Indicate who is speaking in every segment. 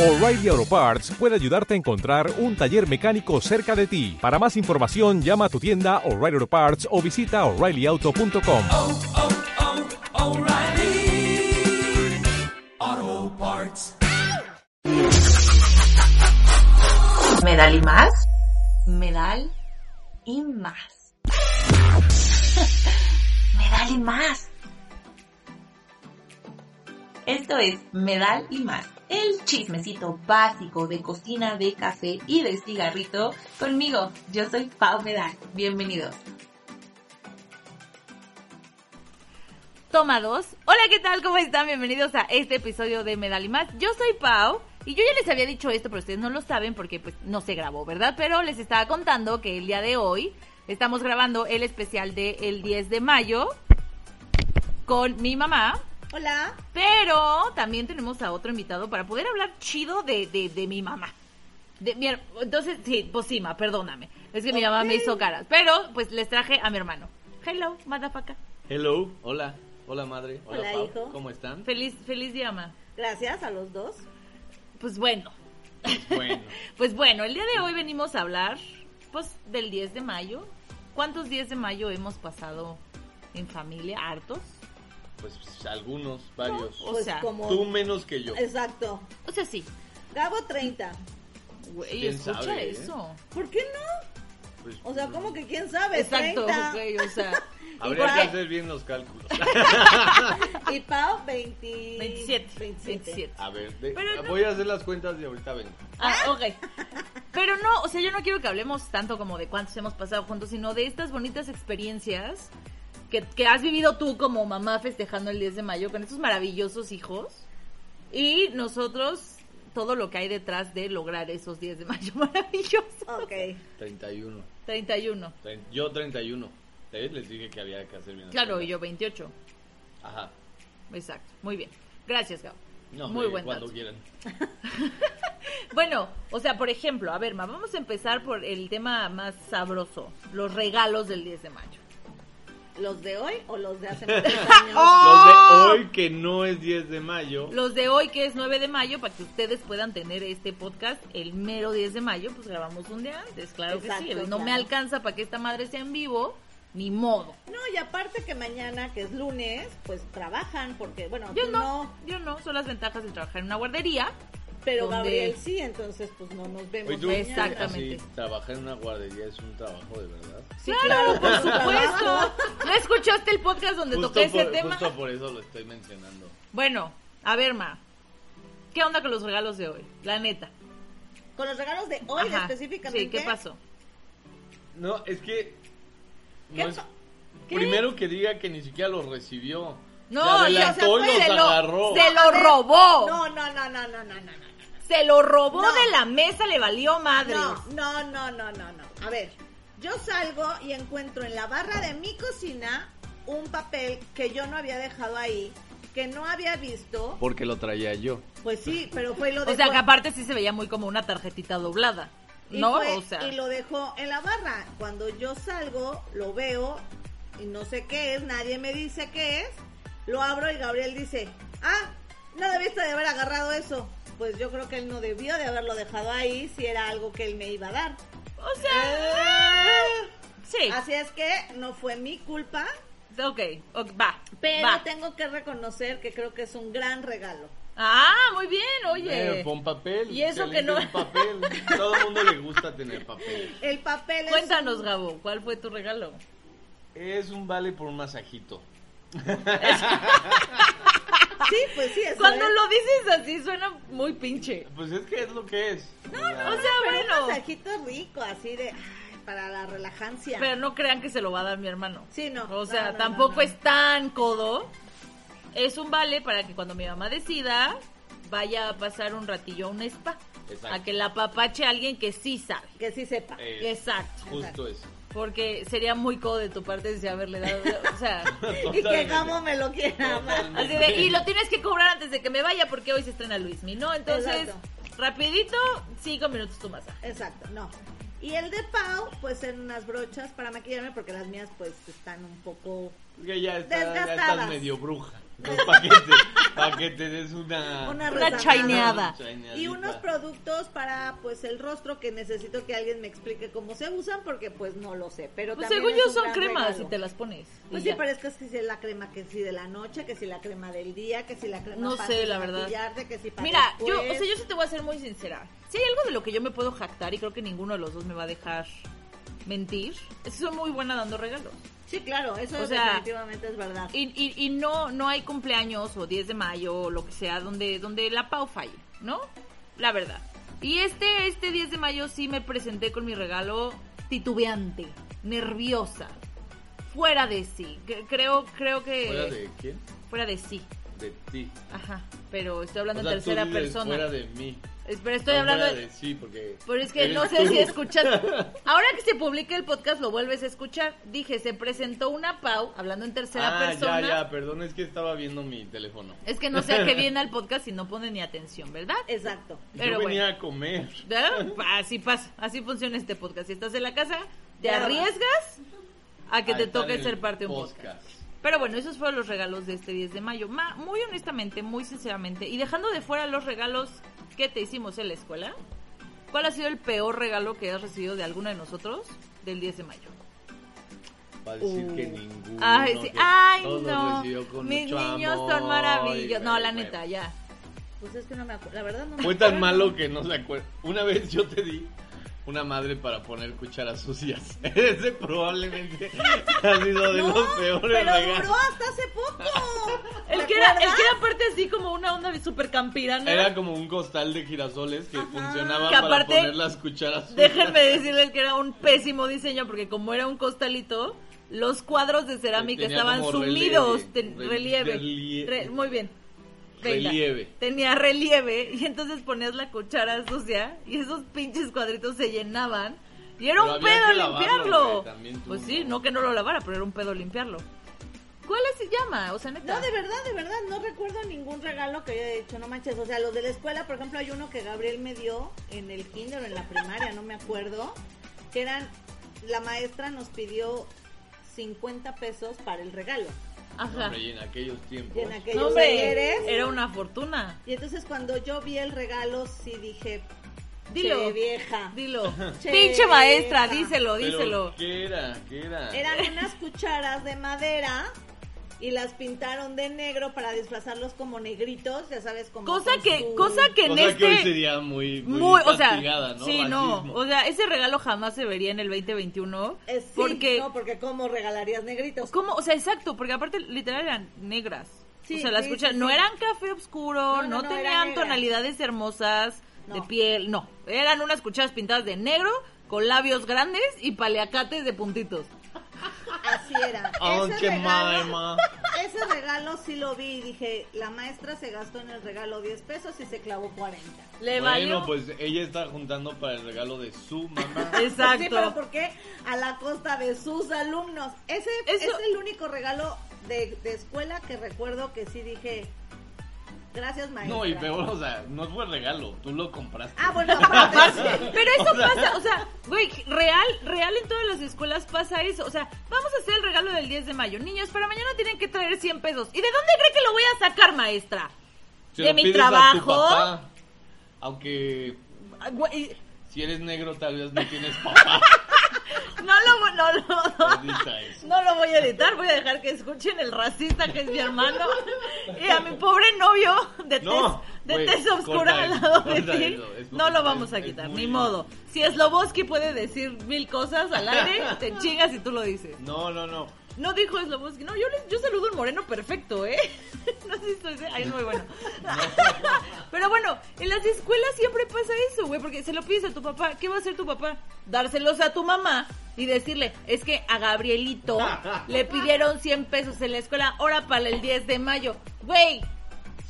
Speaker 1: O'Reilly Auto Parts puede ayudarte a encontrar un taller mecánico cerca de ti. Para más información, llama a tu tienda O'Reilly Auto Parts o visita oreillyauto.com.
Speaker 2: oh, oh, O'Reilly. Auto Parts.
Speaker 3: Medal y más. Medal y más. Medal y más. Esto es Medal y más. El chismecito básico de cocina, de café y de cigarrito. Conmigo, yo soy Pau Medal. Bienvenidos.
Speaker 4: Toma dos. Hola, ¿qué tal? ¿Cómo están? Bienvenidos a este episodio de Medal y Más. Yo soy Pau y yo ya les había dicho esto, pero ustedes no lo saben porque pues no se grabó, ¿verdad? Pero les estaba contando que el día de hoy estamos grabando el especial del 10 de mayo con mi mamá.
Speaker 5: Hola.
Speaker 4: Pero también tenemos a otro invitado para poder hablar chido de, de, de mi mamá. De mi her- entonces, sí, Posima, perdóname. Es que mi mamá me hizo caras. Pero pues les traje a mi hermano. Hello, motherfucker.
Speaker 6: Hello, hola, hola madre, hola,
Speaker 5: Hola,
Speaker 6: Pau,
Speaker 5: hijo.
Speaker 6: ¿cómo están?
Speaker 4: Feliz, feliz día, mamá.
Speaker 5: Gracias a los dos.
Speaker 4: Pues bueno,
Speaker 6: Bueno,
Speaker 4: pues bueno, el día de hoy venimos a hablar pues del 10 de mayo. ¿Cuántos 10 de mayo hemos pasado en familia? ¿Hartos?
Speaker 6: pues, pues, algunos, varios.
Speaker 4: O
Speaker 5: pues
Speaker 4: sea,
Speaker 5: como
Speaker 6: Tú menos que yo.
Speaker 5: Exacto.
Speaker 4: O sea, sí.
Speaker 5: Gabo 30.
Speaker 4: Güey,
Speaker 6: ¿Quién
Speaker 4: escucha
Speaker 6: sabe, eh?
Speaker 4: eso.
Speaker 5: ¿Por qué no?
Speaker 6: Pues,
Speaker 5: O sea, como que quién sabe,
Speaker 4: Exacto,
Speaker 5: 30.
Speaker 4: güey, o sea.
Speaker 6: habría
Speaker 4: igual-
Speaker 6: que hacer bien los cálculos.
Speaker 5: Y Pau 20...
Speaker 4: 27.
Speaker 5: 27.
Speaker 4: 27.
Speaker 6: A ver, de-
Speaker 4: Pero no-
Speaker 6: voy a hacer las cuentas y ahorita vengo.
Speaker 4: Ah, ok. Pero no, o sea, yo no quiero que hablemos tanto como de cuántos hemos pasado juntos, sino de estas bonitas experiencias que, que has vivido tú como mamá festejando el 10 de mayo con estos maravillosos hijos y nosotros todo lo que hay detrás de lograr esos 10 de mayo maravillosos.
Speaker 5: Ok.
Speaker 6: 31.
Speaker 4: 31.
Speaker 6: Tre- Yo 31. ¿Ves? ¿eh? Les dije que había que hacer bien las
Speaker 4: Claro, y yo
Speaker 6: cuentas.
Speaker 4: 28.
Speaker 6: Ajá.
Speaker 4: Exacto. Muy bien. Gracias, Gabo.
Speaker 6: No,
Speaker 4: Muy
Speaker 6: hombre,
Speaker 4: buen
Speaker 6: cuando
Speaker 4: dato.
Speaker 6: quieran.
Speaker 4: Bueno, o sea, por ejemplo, a ver, ma, vamos a empezar por el tema más sabroso, los regalos del 10 de mayo.
Speaker 5: ¿Los de hoy o los de hace muchos años?
Speaker 6: Oh.
Speaker 4: ¡Oh!
Speaker 6: Los de hoy que no es 10 de mayo.
Speaker 4: Los de hoy, que es 9 de mayo, para que ustedes puedan tener este podcast el mero 10 de mayo, pues grabamos un día antes, claro
Speaker 5: Exacto,
Speaker 4: que sí. No me
Speaker 5: claro.
Speaker 4: alcanza para que esta madre sea en vivo, ni modo.
Speaker 5: No, y aparte que mañana, que es lunes, pues trabajan porque, bueno,
Speaker 4: Yo
Speaker 5: tú
Speaker 4: no,
Speaker 5: no,
Speaker 4: yo no, son las ventajas de trabajar en una guardería.
Speaker 5: pero
Speaker 4: ¿Dónde?
Speaker 5: Gabriel sí, entonces pues no nos vemos
Speaker 6: Oye, tú,
Speaker 5: mañana.
Speaker 4: Exacto.
Speaker 6: así,
Speaker 4: Exactamente.
Speaker 6: trabajar en una guardería es un trabajo de verdad.
Speaker 5: Sí,
Speaker 4: claro, por
Speaker 5: claro, por su
Speaker 4: supuesto.
Speaker 5: trabajo.
Speaker 4: ¿No escuchaste el podcast donde toqué ese
Speaker 6: por,
Speaker 4: tema?
Speaker 6: justo por eso lo estoy mencionando.
Speaker 4: Bueno, a ver, Ma, ¿qué onda con los regalos de hoy? La neta.
Speaker 5: Con los regalos de hoy
Speaker 4: Ajá,
Speaker 5: específicamente.
Speaker 4: Sí, ¿qué pasó?
Speaker 6: No, es que.
Speaker 5: ¿Qué
Speaker 6: no es-
Speaker 5: pa- qué?
Speaker 6: Primero que diga que ni siquiera los recibió.
Speaker 4: No,
Speaker 6: Se
Speaker 4: y, o
Speaker 6: adelantó
Speaker 4: sea,
Speaker 6: y
Speaker 4: fue-
Speaker 6: los
Speaker 4: se lo-
Speaker 6: agarró. Eh,
Speaker 4: se lo
Speaker 5: A ver,
Speaker 4: robó.
Speaker 5: No, no, no, no, no, no, no, no.
Speaker 4: Se lo robó
Speaker 5: No.
Speaker 4: de la mesa, le valió madre.
Speaker 5: No, no, no, no, no, no. A ver, yo salgo y encuentro en la barra de mi cocina un papel que yo no había dejado ahí, que no había visto.
Speaker 6: Porque lo traía yo.
Speaker 5: Pues sí, pero fue y lo
Speaker 4: O
Speaker 5: dejó.
Speaker 4: sea, que aparte sí se veía muy como una tarjetita doblada.
Speaker 5: y
Speaker 4: ¿No?
Speaker 5: fue
Speaker 4: o sea.
Speaker 5: Y lo dejó en la barra. Cuando yo salgo, lo veo y no sé qué es, nadie me dice qué es. Lo abro y Gabriel dice, ah, no debiste de haber agarrado eso. Pues yo creo que él no debió de haberlo dejado ahí si era algo que él me iba a dar.
Speaker 4: O sea. Sí.
Speaker 5: Así es que no fue mi culpa,
Speaker 4: Ok, ok, va.
Speaker 5: eh. pero
Speaker 4: va.
Speaker 5: tengo que reconocer que creo que es un gran regalo.
Speaker 4: Ah, muy bien, oye.
Speaker 6: Eh, fue un papel.
Speaker 4: Y eso que
Speaker 6: excelente,
Speaker 4: no-
Speaker 6: Un papel. Todo el mundo le gusta tener papel.
Speaker 5: El papel es
Speaker 4: Cuéntanos,
Speaker 5: un-
Speaker 4: Gabo, ¿cuál fue tu regalo?
Speaker 6: Es un vale por un masajito.
Speaker 5: Sí, pues sí, eso
Speaker 4: Cuando
Speaker 5: es.
Speaker 4: lo dices así suena muy pinche.
Speaker 6: Pues es que es lo que es. No,
Speaker 4: O sea,
Speaker 5: Pero un
Speaker 4: bueno.
Speaker 5: masajito rico, así de ay, para la relajancia.
Speaker 4: Pero no crean que se lo va a dar mi hermano.
Speaker 5: Sí, no.
Speaker 4: O
Speaker 5: No,
Speaker 4: sea,
Speaker 5: no, no,
Speaker 4: tampoco
Speaker 5: no.
Speaker 4: es tan codo. Es un vale para que cuando mi mamá decida, vaya a pasar un ratillo a un spa.
Speaker 6: Exacto.
Speaker 4: A que la papache a alguien que sí sabe.
Speaker 5: Que sí sepa.
Speaker 6: Eh,
Speaker 4: Exacto.
Speaker 6: Justo eso.
Speaker 4: Porque sería muy codo de tu parte si haberle dado. O sea,
Speaker 5: y que
Speaker 6: Totalmente.
Speaker 5: Gabo me lo quiera amar.
Speaker 4: así de. Y lo tienes que cobrar antes de que me vaya porque hoy se estrena Luismi, ¿no? Entonces,
Speaker 5: Exacto.
Speaker 4: rapidito, cinco minutos tu masaje.
Speaker 5: Exacto, no. Y el de Pau, pues en unas brochas para maquillarme, porque las mías pues están un poco...
Speaker 6: Es que ya, está- ya estás
Speaker 5: Desgastadas.
Speaker 6: medio bruja. Entonces, ¿para qué, te- pa' Para que te des una.
Speaker 5: Una
Speaker 4: Una chaineada.
Speaker 5: Y unos productos para pues el rostro que necesito que alguien me explique cómo se usan porque pues no lo sé. Pero
Speaker 4: Pues
Speaker 5: también
Speaker 4: según
Speaker 5: es
Speaker 4: yo
Speaker 5: un
Speaker 4: son
Speaker 5: gran
Speaker 4: cremas
Speaker 5: regalo.
Speaker 4: y te las pones.
Speaker 5: Pues
Speaker 4: y
Speaker 5: sí,
Speaker 4: ya.
Speaker 5: pero es que es que si la crema que si de la noche, que si la crema del día, que si la crema
Speaker 4: No
Speaker 5: fácil
Speaker 4: sé,
Speaker 5: de
Speaker 4: la verdad.
Speaker 5: maquillarte, que si para
Speaker 4: Mira, yo, o
Speaker 5: después.
Speaker 4: sea, yo sí te voy a ser muy sincera. Si hay algo de lo que yo me puedo jactar y creo que ninguno de los dos me va a dejar mentir, es que soy muy buena dando regalos.
Speaker 5: Sí, claro, eso
Speaker 4: o sea,
Speaker 5: definitivamente es verdad.
Speaker 4: Y, y, y no, no hay cumpleaños o 10 de mayo o lo que sea donde, donde la Pau falle, ¿no? La verdad. Y este, este 10 de mayo sí me presenté con mi regalo titubeante, nerviosa, fuera de sí. Cre- Creo, creo que...
Speaker 6: ¿Fuera de quién?
Speaker 4: fuera de sí.
Speaker 6: De ti.
Speaker 4: Ajá. Pero estoy hablando
Speaker 6: O sea,
Speaker 4: en
Speaker 6: tú
Speaker 4: tercera
Speaker 6: dices
Speaker 4: persona.
Speaker 6: Fuera de mí.
Speaker 4: Espera, estoy
Speaker 6: No,
Speaker 4: hablando...
Speaker 6: fuera
Speaker 4: de-
Speaker 6: de sí, porque.
Speaker 4: Pero es que
Speaker 6: eres
Speaker 4: no sé
Speaker 6: tú.
Speaker 4: si escuchaste. Ahora que se publique el podcast lo vuelves a escuchar. Dije, se presentó una Pau, hablando en tercera
Speaker 6: ah,
Speaker 4: persona. Eh,
Speaker 6: ya, ya, perdón, es que estaba viendo mi teléfono.
Speaker 4: Es que no sé a qué viene al podcast y no pone ni atención, ¿verdad?
Speaker 5: Exacto.
Speaker 4: Pero
Speaker 6: Yo
Speaker 4: bueno.
Speaker 6: venía a comer.
Speaker 4: ¿Verdad? Así pasa, así funciona este podcast. Si estás en la casa, te
Speaker 5: Ya.
Speaker 4: arriesgas a que
Speaker 6: A
Speaker 4: te
Speaker 6: estar en
Speaker 4: toque
Speaker 6: el
Speaker 4: ser parte de un podcast. Pero bueno, esos fueron los regalos de este 10 de mayo. Ma, muy honestamente, muy sinceramente, y dejando de fuera los regalos que te hicimos en la escuela, ¿cuál ha sido el peor regalo que has recibido de alguno de nosotros del 10 de mayo?
Speaker 6: Va a decir
Speaker 4: Uh.
Speaker 6: que ninguno.
Speaker 4: Ay, sí.
Speaker 6: que
Speaker 4: Ay,
Speaker 6: todos los
Speaker 4: no.
Speaker 6: recibió con
Speaker 4: Mis
Speaker 6: mucho
Speaker 4: niños
Speaker 6: amor,
Speaker 4: son maravillosos.
Speaker 6: y
Speaker 4: No, la
Speaker 6: bueno.
Speaker 4: neta, ya.
Speaker 5: Pues es que no me acuerdo, la verdad no me
Speaker 6: Fue tan
Speaker 5: acuerdo.
Speaker 6: malo que no se acuerda. Una vez yo te di una madre para poner cucharas sucias. Ese probablemente ha sido de
Speaker 5: No,
Speaker 6: los
Speaker 5: pero
Speaker 6: peores
Speaker 5: duró
Speaker 6: regalos.
Speaker 5: hasta hace poco.
Speaker 4: El
Speaker 5: ¿Te
Speaker 4: que, era, el que
Speaker 5: acuerdas?
Speaker 4: era aparte así como una onda de supercampirana.
Speaker 6: Era como un costal de girasoles que funcionaba
Speaker 4: Que
Speaker 6: para
Speaker 4: aparte-
Speaker 6: poner las cucharas sucias.
Speaker 4: Déjenme decirles que era un pésimo diseño porque como era un costalito, los cuadros de cerámica
Speaker 6: Tenía
Speaker 4: estaban
Speaker 6: como
Speaker 4: sumidos,
Speaker 6: relieve,
Speaker 4: ten-
Speaker 6: re-
Speaker 4: relieve.
Speaker 6: relie-
Speaker 4: Re- muy bien. Venga.
Speaker 6: Relieve.
Speaker 4: Tenía relieve y entonces ponías la cuchara sucia y esos pinches cuadritos se llenaban. Y era
Speaker 6: Pero
Speaker 4: un
Speaker 6: había
Speaker 4: pedo
Speaker 6: que lavarlo,
Speaker 4: limpiarlo.
Speaker 6: güey, también tú,
Speaker 4: pues sí,
Speaker 6: ¿no?
Speaker 4: no que no lo lavara, pero era un pedo limpiarlo. ¿Cuál es se llama? O sea, neta.
Speaker 5: No, de verdad, de verdad, no recuerdo ningún regalo que haya hecho, no manches. O sea, los de la escuela, por ejemplo, hay uno que Gabriel me dio en el kinder o en la primaria, no me acuerdo, que eran, la maestra nos pidió 50 pesos para el regalo.
Speaker 6: No,
Speaker 4: Ajá.
Speaker 6: hombre, y en aquellos tiempos.
Speaker 5: Y en
Speaker 4: No,
Speaker 5: aquellos ayeres-
Speaker 4: hombre, era una fortuna.
Speaker 5: Y entonces cuando yo vi el regalo, sí dije,
Speaker 4: Dilo.
Speaker 5: "Che, vieja.
Speaker 4: Dilo.
Speaker 5: Che,
Speaker 4: Pinche maestra,
Speaker 5: vieja.
Speaker 4: díselo,
Speaker 6: Pero,
Speaker 4: díselo.
Speaker 6: ¿Qué era? ¿Qué era?
Speaker 5: Eran unas cucharas de madera y las pintaron de negro para disfrazarlos como negritos, ya sabes, como
Speaker 4: Cosa
Speaker 5: con
Speaker 4: que,
Speaker 5: su-
Speaker 4: cosa que en
Speaker 6: Cosa
Speaker 4: este...
Speaker 6: que hoy sería muy, muy,
Speaker 4: Muy, o sea,
Speaker 6: castigada, ¿no?
Speaker 4: sí, no,
Speaker 6: Racismo.
Speaker 4: o sea, ese regalo jamás se vería en el 2021,
Speaker 5: Eh, sí,
Speaker 4: porque,
Speaker 5: no, porque cómo regalarías negritos.
Speaker 4: ¿cómo? O sea, exacto, porque aparte literal eran negras,
Speaker 5: Sí,
Speaker 4: o sea, las
Speaker 5: sí,
Speaker 4: escuchas,
Speaker 5: sí,
Speaker 4: no
Speaker 5: sí.
Speaker 4: eran café oscuro, no,
Speaker 5: No, no, no, eran
Speaker 4: tenían
Speaker 5: negras.
Speaker 4: tonalidades hermosas de
Speaker 5: No.
Speaker 4: piel, no, eran unas cucharas pintadas de negro, con labios grandes y paleacates de puntitos.
Speaker 5: Así era. ese,
Speaker 6: Ah, Aunque
Speaker 5: regalo,
Speaker 6: Maima.
Speaker 5: ese regalo sí lo vi y dije, la maestra se gastó en el regalo 10 pesos y se clavó 40.
Speaker 4: Le
Speaker 6: Bueno,
Speaker 4: valió,
Speaker 6: pues ella está juntando para el regalo de su mamá.
Speaker 4: exacto.
Speaker 5: Sí, pero ¿por qué? A la costa de sus alumnos. Ese
Speaker 4: Eso-
Speaker 5: es el único regalo de, de escuela que recuerdo que sí dije, gracias maestra.
Speaker 6: No, y peor, o sea, no fue regalo, tú lo compraste.
Speaker 5: Ah, bueno, aparte,
Speaker 4: Pero eso
Speaker 6: O sea-
Speaker 4: pasa, o sea, güey, real, real en todas las escuelas pasa eso. O sea, vamos a hacer el regalo del 10 de mayo. Niños, para mañana tienen que traer 100 pesos. ¿Y de dónde cree que lo voy a sacar, maestra?
Speaker 6: Se
Speaker 4: de
Speaker 6: lo
Speaker 4: mi
Speaker 6: pides a tu
Speaker 4: trabajo.
Speaker 6: papá, aunque
Speaker 4: Ah, güey,
Speaker 6: si eres negro tal vez no tienes papá.
Speaker 4: No lo, voy- no, no, no.
Speaker 6: Edita eso.
Speaker 4: No lo voy a editar, voy a dejar que escuchen el racista que es mi hermano y a mi pobre novio de tez,
Speaker 6: No,
Speaker 4: de
Speaker 6: güey,
Speaker 4: tez
Speaker 6: corta
Speaker 4: oscura al
Speaker 6: eso,
Speaker 4: lado de
Speaker 6: corta
Speaker 4: ti.
Speaker 6: eso, es muy-
Speaker 4: No lo vamos a
Speaker 6: es- es
Speaker 4: quitar,
Speaker 6: muy-
Speaker 4: ni modo. Si Sloboski puede decir mil cosas al aire, te chingas y tú lo dices.
Speaker 6: No, no, no.
Speaker 4: No dijo Sloboski. No, yo, les- yo saludo al moreno perfecto, ¿eh? No sé si estoy... Ay, es muy bueno. Pero bueno, en las escuelas siempre pasa eso, güey, porque se lo pides a tu papá. ¿Qué va a hacer tu papá? Dárselos a tu mamá y decirle, es que a Gabrielito le pidieron 100 pesos en la escuela, ahora para el 10 de mayo. Güey,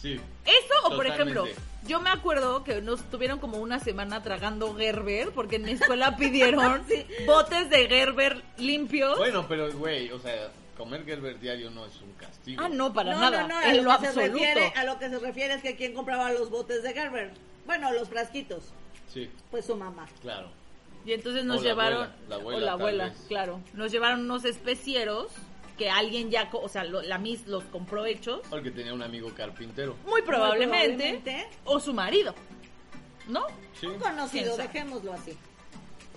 Speaker 6: Sí.
Speaker 4: eso o por
Speaker 6: Totalmente.
Speaker 4: ejemplo, yo me acuerdo que nos tuvieron como una semana tragando Gerber, porque en mi escuela pidieron botes de Gerber limpios.
Speaker 6: Bueno, pero güey, o sea, comer Gerber diario no es un castigo.
Speaker 4: Ah, no, para
Speaker 5: no,
Speaker 4: nada.
Speaker 5: No, no, a
Speaker 4: en lo
Speaker 5: lo, que se
Speaker 4: absoluto.
Speaker 5: refiere, a lo que se refiere es que quien compraba los botes de Gerber. Bueno, los frasquitos.
Speaker 6: Sí,
Speaker 5: Pues su mamá.
Speaker 6: claro.
Speaker 4: Y entonces
Speaker 6: O
Speaker 4: nos
Speaker 6: la
Speaker 4: llevaron.
Speaker 6: abuela, la abuela,
Speaker 4: o la
Speaker 6: tal
Speaker 4: abuela,
Speaker 6: vez.
Speaker 4: claro. Nos llevaron unos especieros que alguien ya, co- o sea, lo- la Miss los compró hechos,
Speaker 6: Porque tenía un amigo carpintero.
Speaker 4: muy probablemente,
Speaker 5: probablemente.
Speaker 4: o su marido, ¿no?
Speaker 6: Sí.
Speaker 5: Un conocido,
Speaker 4: ¿Quién sabe?
Speaker 5: dejémoslo así.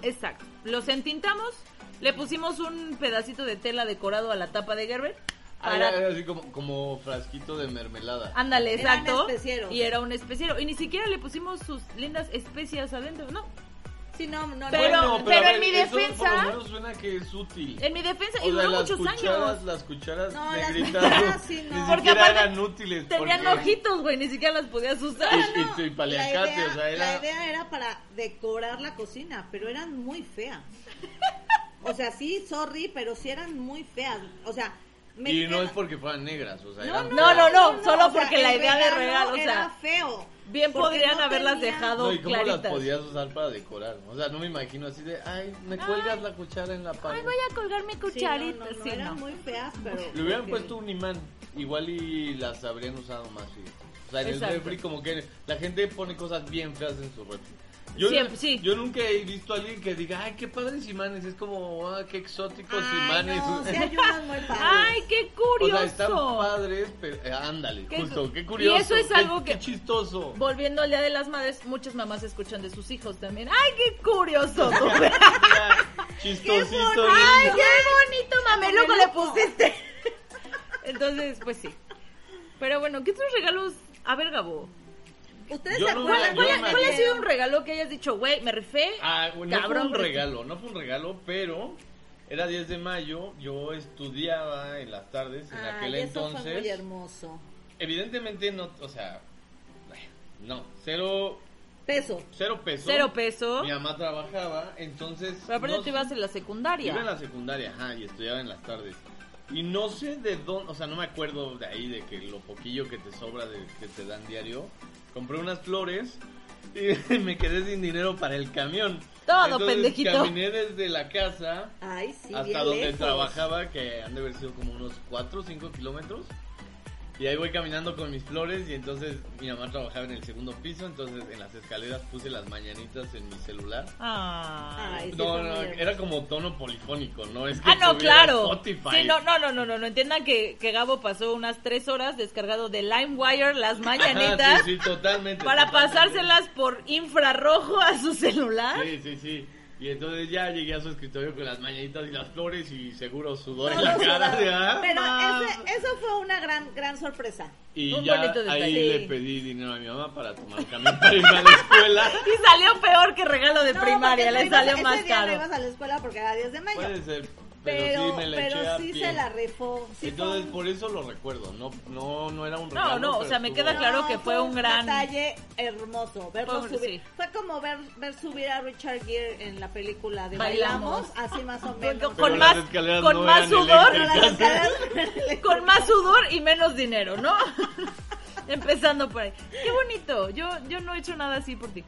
Speaker 4: Exacto. Los entintamos, le pusimos un pedacito de tela decorado a la tapa de Gerber.
Speaker 6: Ah,
Speaker 4: para- Ah,
Speaker 6: era- era así como, como frasquito de mermelada.
Speaker 4: Ándale,
Speaker 5: Era un
Speaker 4: exacto.
Speaker 5: especiero.
Speaker 4: y era un especiero. Y ni siquiera le pusimos sus lindas especias adentro, no.
Speaker 5: Sí, no, no, no.
Speaker 4: Pero-
Speaker 6: Bueno,
Speaker 4: pero
Speaker 6: a
Speaker 4: en mi
Speaker 6: eso
Speaker 4: defensa-
Speaker 6: Por lo menos suena que es útil.
Speaker 4: En mi defensa, y
Speaker 6: O sea,
Speaker 4: duró
Speaker 6: las
Speaker 4: muchos
Speaker 6: cucharas,
Speaker 4: años.
Speaker 6: las cucharas
Speaker 5: No, las
Speaker 6: negritas
Speaker 5: cucharas sí, no.
Speaker 6: ni
Speaker 5: Porque
Speaker 6: siquiera
Speaker 4: aparte
Speaker 6: eran útiles.
Speaker 4: Tenían
Speaker 6: porque-
Speaker 4: ojitos, güey, ni siquiera las podías usar.
Speaker 6: Y- y- pues, y paliacate,
Speaker 5: la idea,
Speaker 6: o sea, era-
Speaker 5: la idea era para decorar la cocina, pero eran muy feas. O sea, sí, sorry, pero sí eran muy feas. O sea, me
Speaker 6: Y no
Speaker 5: queda-
Speaker 6: es porque fueran negras, o sea,
Speaker 5: No,
Speaker 6: eran
Speaker 4: No, no,
Speaker 6: blancas.
Speaker 4: no, solo
Speaker 5: o sea,
Speaker 4: porque la
Speaker 5: el
Speaker 4: idea de
Speaker 5: regalo
Speaker 4: regalo, o sea,
Speaker 5: era feo.
Speaker 4: Bien
Speaker 5: porque
Speaker 4: podrían
Speaker 5: no
Speaker 4: haberlas
Speaker 5: tenía-
Speaker 4: dejado
Speaker 6: No, ¿y cómo
Speaker 4: claritas.
Speaker 6: las podías usar para decorar? O sea, no me imagino así de, ay, me cuelgas la cuchara en la pared.
Speaker 4: Ay, voy a colgar mi
Speaker 5: Sí, no, no,
Speaker 4: cucharita.
Speaker 5: no,
Speaker 4: sí,
Speaker 5: eran
Speaker 4: no.
Speaker 5: muy feas, pero.
Speaker 6: Le hubieran
Speaker 5: porque-
Speaker 6: puesto un imán, igual y las habrían usado más, sí. O sea, en
Speaker 4: Exacto.
Speaker 6: el refri como que la gente pone cosas bien feas en su refri. Yo,
Speaker 4: Siempre, sí.
Speaker 6: yo nunca he visto a alguien que diga, ay, qué padres imanes, es como, ah, qué exóticos
Speaker 5: Ay,
Speaker 6: imanes.
Speaker 5: no, sí hay unas muy padres.
Speaker 4: Ay, qué
Speaker 6: O
Speaker 4: curioso.
Speaker 6: sea, están padres, pero eh, ándale,
Speaker 4: Qué cu-
Speaker 6: justo,
Speaker 4: y
Speaker 6: qué curioso.
Speaker 4: eso es
Speaker 6: qué-
Speaker 4: algo
Speaker 6: qué
Speaker 4: que-
Speaker 6: chistoso.
Speaker 4: Volviendo al Día de las Madres, muchas mamás escuchan de sus hijos también. ¡Ay, qué curioso! ¿no?
Speaker 6: Chistosito.
Speaker 4: ¡Ay,
Speaker 6: lindo.
Speaker 4: qué bonito mameluco Ah, le
Speaker 5: Mameluco.
Speaker 4: pusiste! Entonces, pues sí. Pero bueno, ¿qué otros regalos? A ver, Gabo.
Speaker 5: ¿Ustedes
Speaker 6: Yo
Speaker 5: se
Speaker 6: no me-
Speaker 5: acuerdan?
Speaker 6: yo
Speaker 4: ¿Cuál,
Speaker 5: cuál-
Speaker 6: no
Speaker 4: ha-
Speaker 6: me
Speaker 4: cuál ha
Speaker 6: acuerdo.
Speaker 4: sido un regalo que hayas dicho, güey, me refé?
Speaker 6: Ah, no
Speaker 4: Cabrón,
Speaker 6: fue
Speaker 4: pero-
Speaker 6: un regalo, no fue un regalo, pero era 10 de mayo, yo estudiaba en las tardes en
Speaker 4: Ah,
Speaker 5: Ay,
Speaker 6: aquel
Speaker 5: eso fue muy
Speaker 6: entonces.
Speaker 5: hermoso.
Speaker 6: Evidentemente no, o sea, no, cero,
Speaker 5: Peso.
Speaker 6: cero peso.
Speaker 4: Cero peso.
Speaker 6: Mi mamá trabajaba, entonces...
Speaker 4: Pero aparte
Speaker 6: no
Speaker 4: tú ibas en la secundaria.
Speaker 6: Iba en la secundaria, ajá, y estudiaba en las tardes. Y no sé de dónde, o sea, no me acuerdo de ahí, de que lo poquillo que te sobra, de, que te dan diario. Compré unas flores y me quedé sin dinero para el camión.
Speaker 4: Todo
Speaker 6: Entonces,
Speaker 4: pendejito.
Speaker 6: Caminé desde la casa
Speaker 5: Ay, sí, bien
Speaker 6: hasta donde
Speaker 5: lejos.
Speaker 6: trabajaba, que han de haber sido como unos 4 o 5 kilómetros. Y ahí voy caminando con mis flores y entonces mi mamá trabajaba en el segundo piso, entonces en las escaleras puse las mañanitas en mi celular.
Speaker 4: Ah.
Speaker 5: Ay, sí,
Speaker 6: No,
Speaker 5: fue
Speaker 6: no,
Speaker 5: muy
Speaker 6: era como tono polifónico, ¿no? Es que
Speaker 4: Ah, no,
Speaker 6: tuviera
Speaker 4: claro.
Speaker 6: Spotify.
Speaker 4: Sí, no, no, no, no, no, no. Entiendan que, que Gabo pasó unas tres horas descargado de LimeWire las mañanitas
Speaker 6: Ajá, Ah, sí, sí, totalmente.
Speaker 4: para
Speaker 6: totalmente.
Speaker 4: pasárselas por infrarrojo a su celular.
Speaker 6: Sí, sí, sí. Y entonces ya llegué a su escritorio con las mañanitas y las flores y seguro sudor
Speaker 5: Todo
Speaker 6: en la cara.
Speaker 5: sudado.
Speaker 6: de, "Ah,
Speaker 5: Pero
Speaker 6: mam".
Speaker 5: ese- eso fue una gran, gran sorpresa.
Speaker 6: Y
Speaker 4: Un
Speaker 6: ya
Speaker 4: bonito detalle.
Speaker 6: ahí
Speaker 4: Sí.
Speaker 6: le pedí dinero a mi mamá para tomar un camión para irme a la escuela.
Speaker 4: Y salió peor que regalo de
Speaker 5: No,
Speaker 4: primaria,
Speaker 5: porque
Speaker 4: le
Speaker 5: no ibas-
Speaker 4: salió más
Speaker 5: ese día no
Speaker 4: caro.
Speaker 5: ibas a la escuela porque era 10 de mayo.
Speaker 6: Puede ser, Pues, pero,
Speaker 5: pero
Speaker 6: sí me la eché
Speaker 5: pero
Speaker 6: a
Speaker 5: sí
Speaker 6: pie.
Speaker 5: se la rifó. Sí
Speaker 6: Entonces
Speaker 5: fue un-
Speaker 6: por eso lo recuerdo, no, no, no era un
Speaker 4: No,
Speaker 6: regalo.
Speaker 4: no, o
Speaker 6: pero
Speaker 4: sea, me
Speaker 6: estuvo-
Speaker 4: queda claro que fue un gran-
Speaker 5: detalle hermoso. Verlo
Speaker 4: Pobre,
Speaker 5: subir.
Speaker 4: sí.
Speaker 5: Fue como ver, ver subir a Richard Gere en la película de
Speaker 4: Bailamos.
Speaker 5: Bailamos, así más o
Speaker 4: Con,
Speaker 5: menos.
Speaker 4: con-
Speaker 6: Pero
Speaker 4: con
Speaker 6: las
Speaker 4: más,
Speaker 6: escaleras
Speaker 4: con
Speaker 6: no
Speaker 4: más
Speaker 6: eran
Speaker 4: sudor,
Speaker 5: Pero las escaleras-
Speaker 4: con más sudor y menos dinero, ¿no? Empezando por ahí. Qué bonito. Yo, yo no he hecho nada así por ti.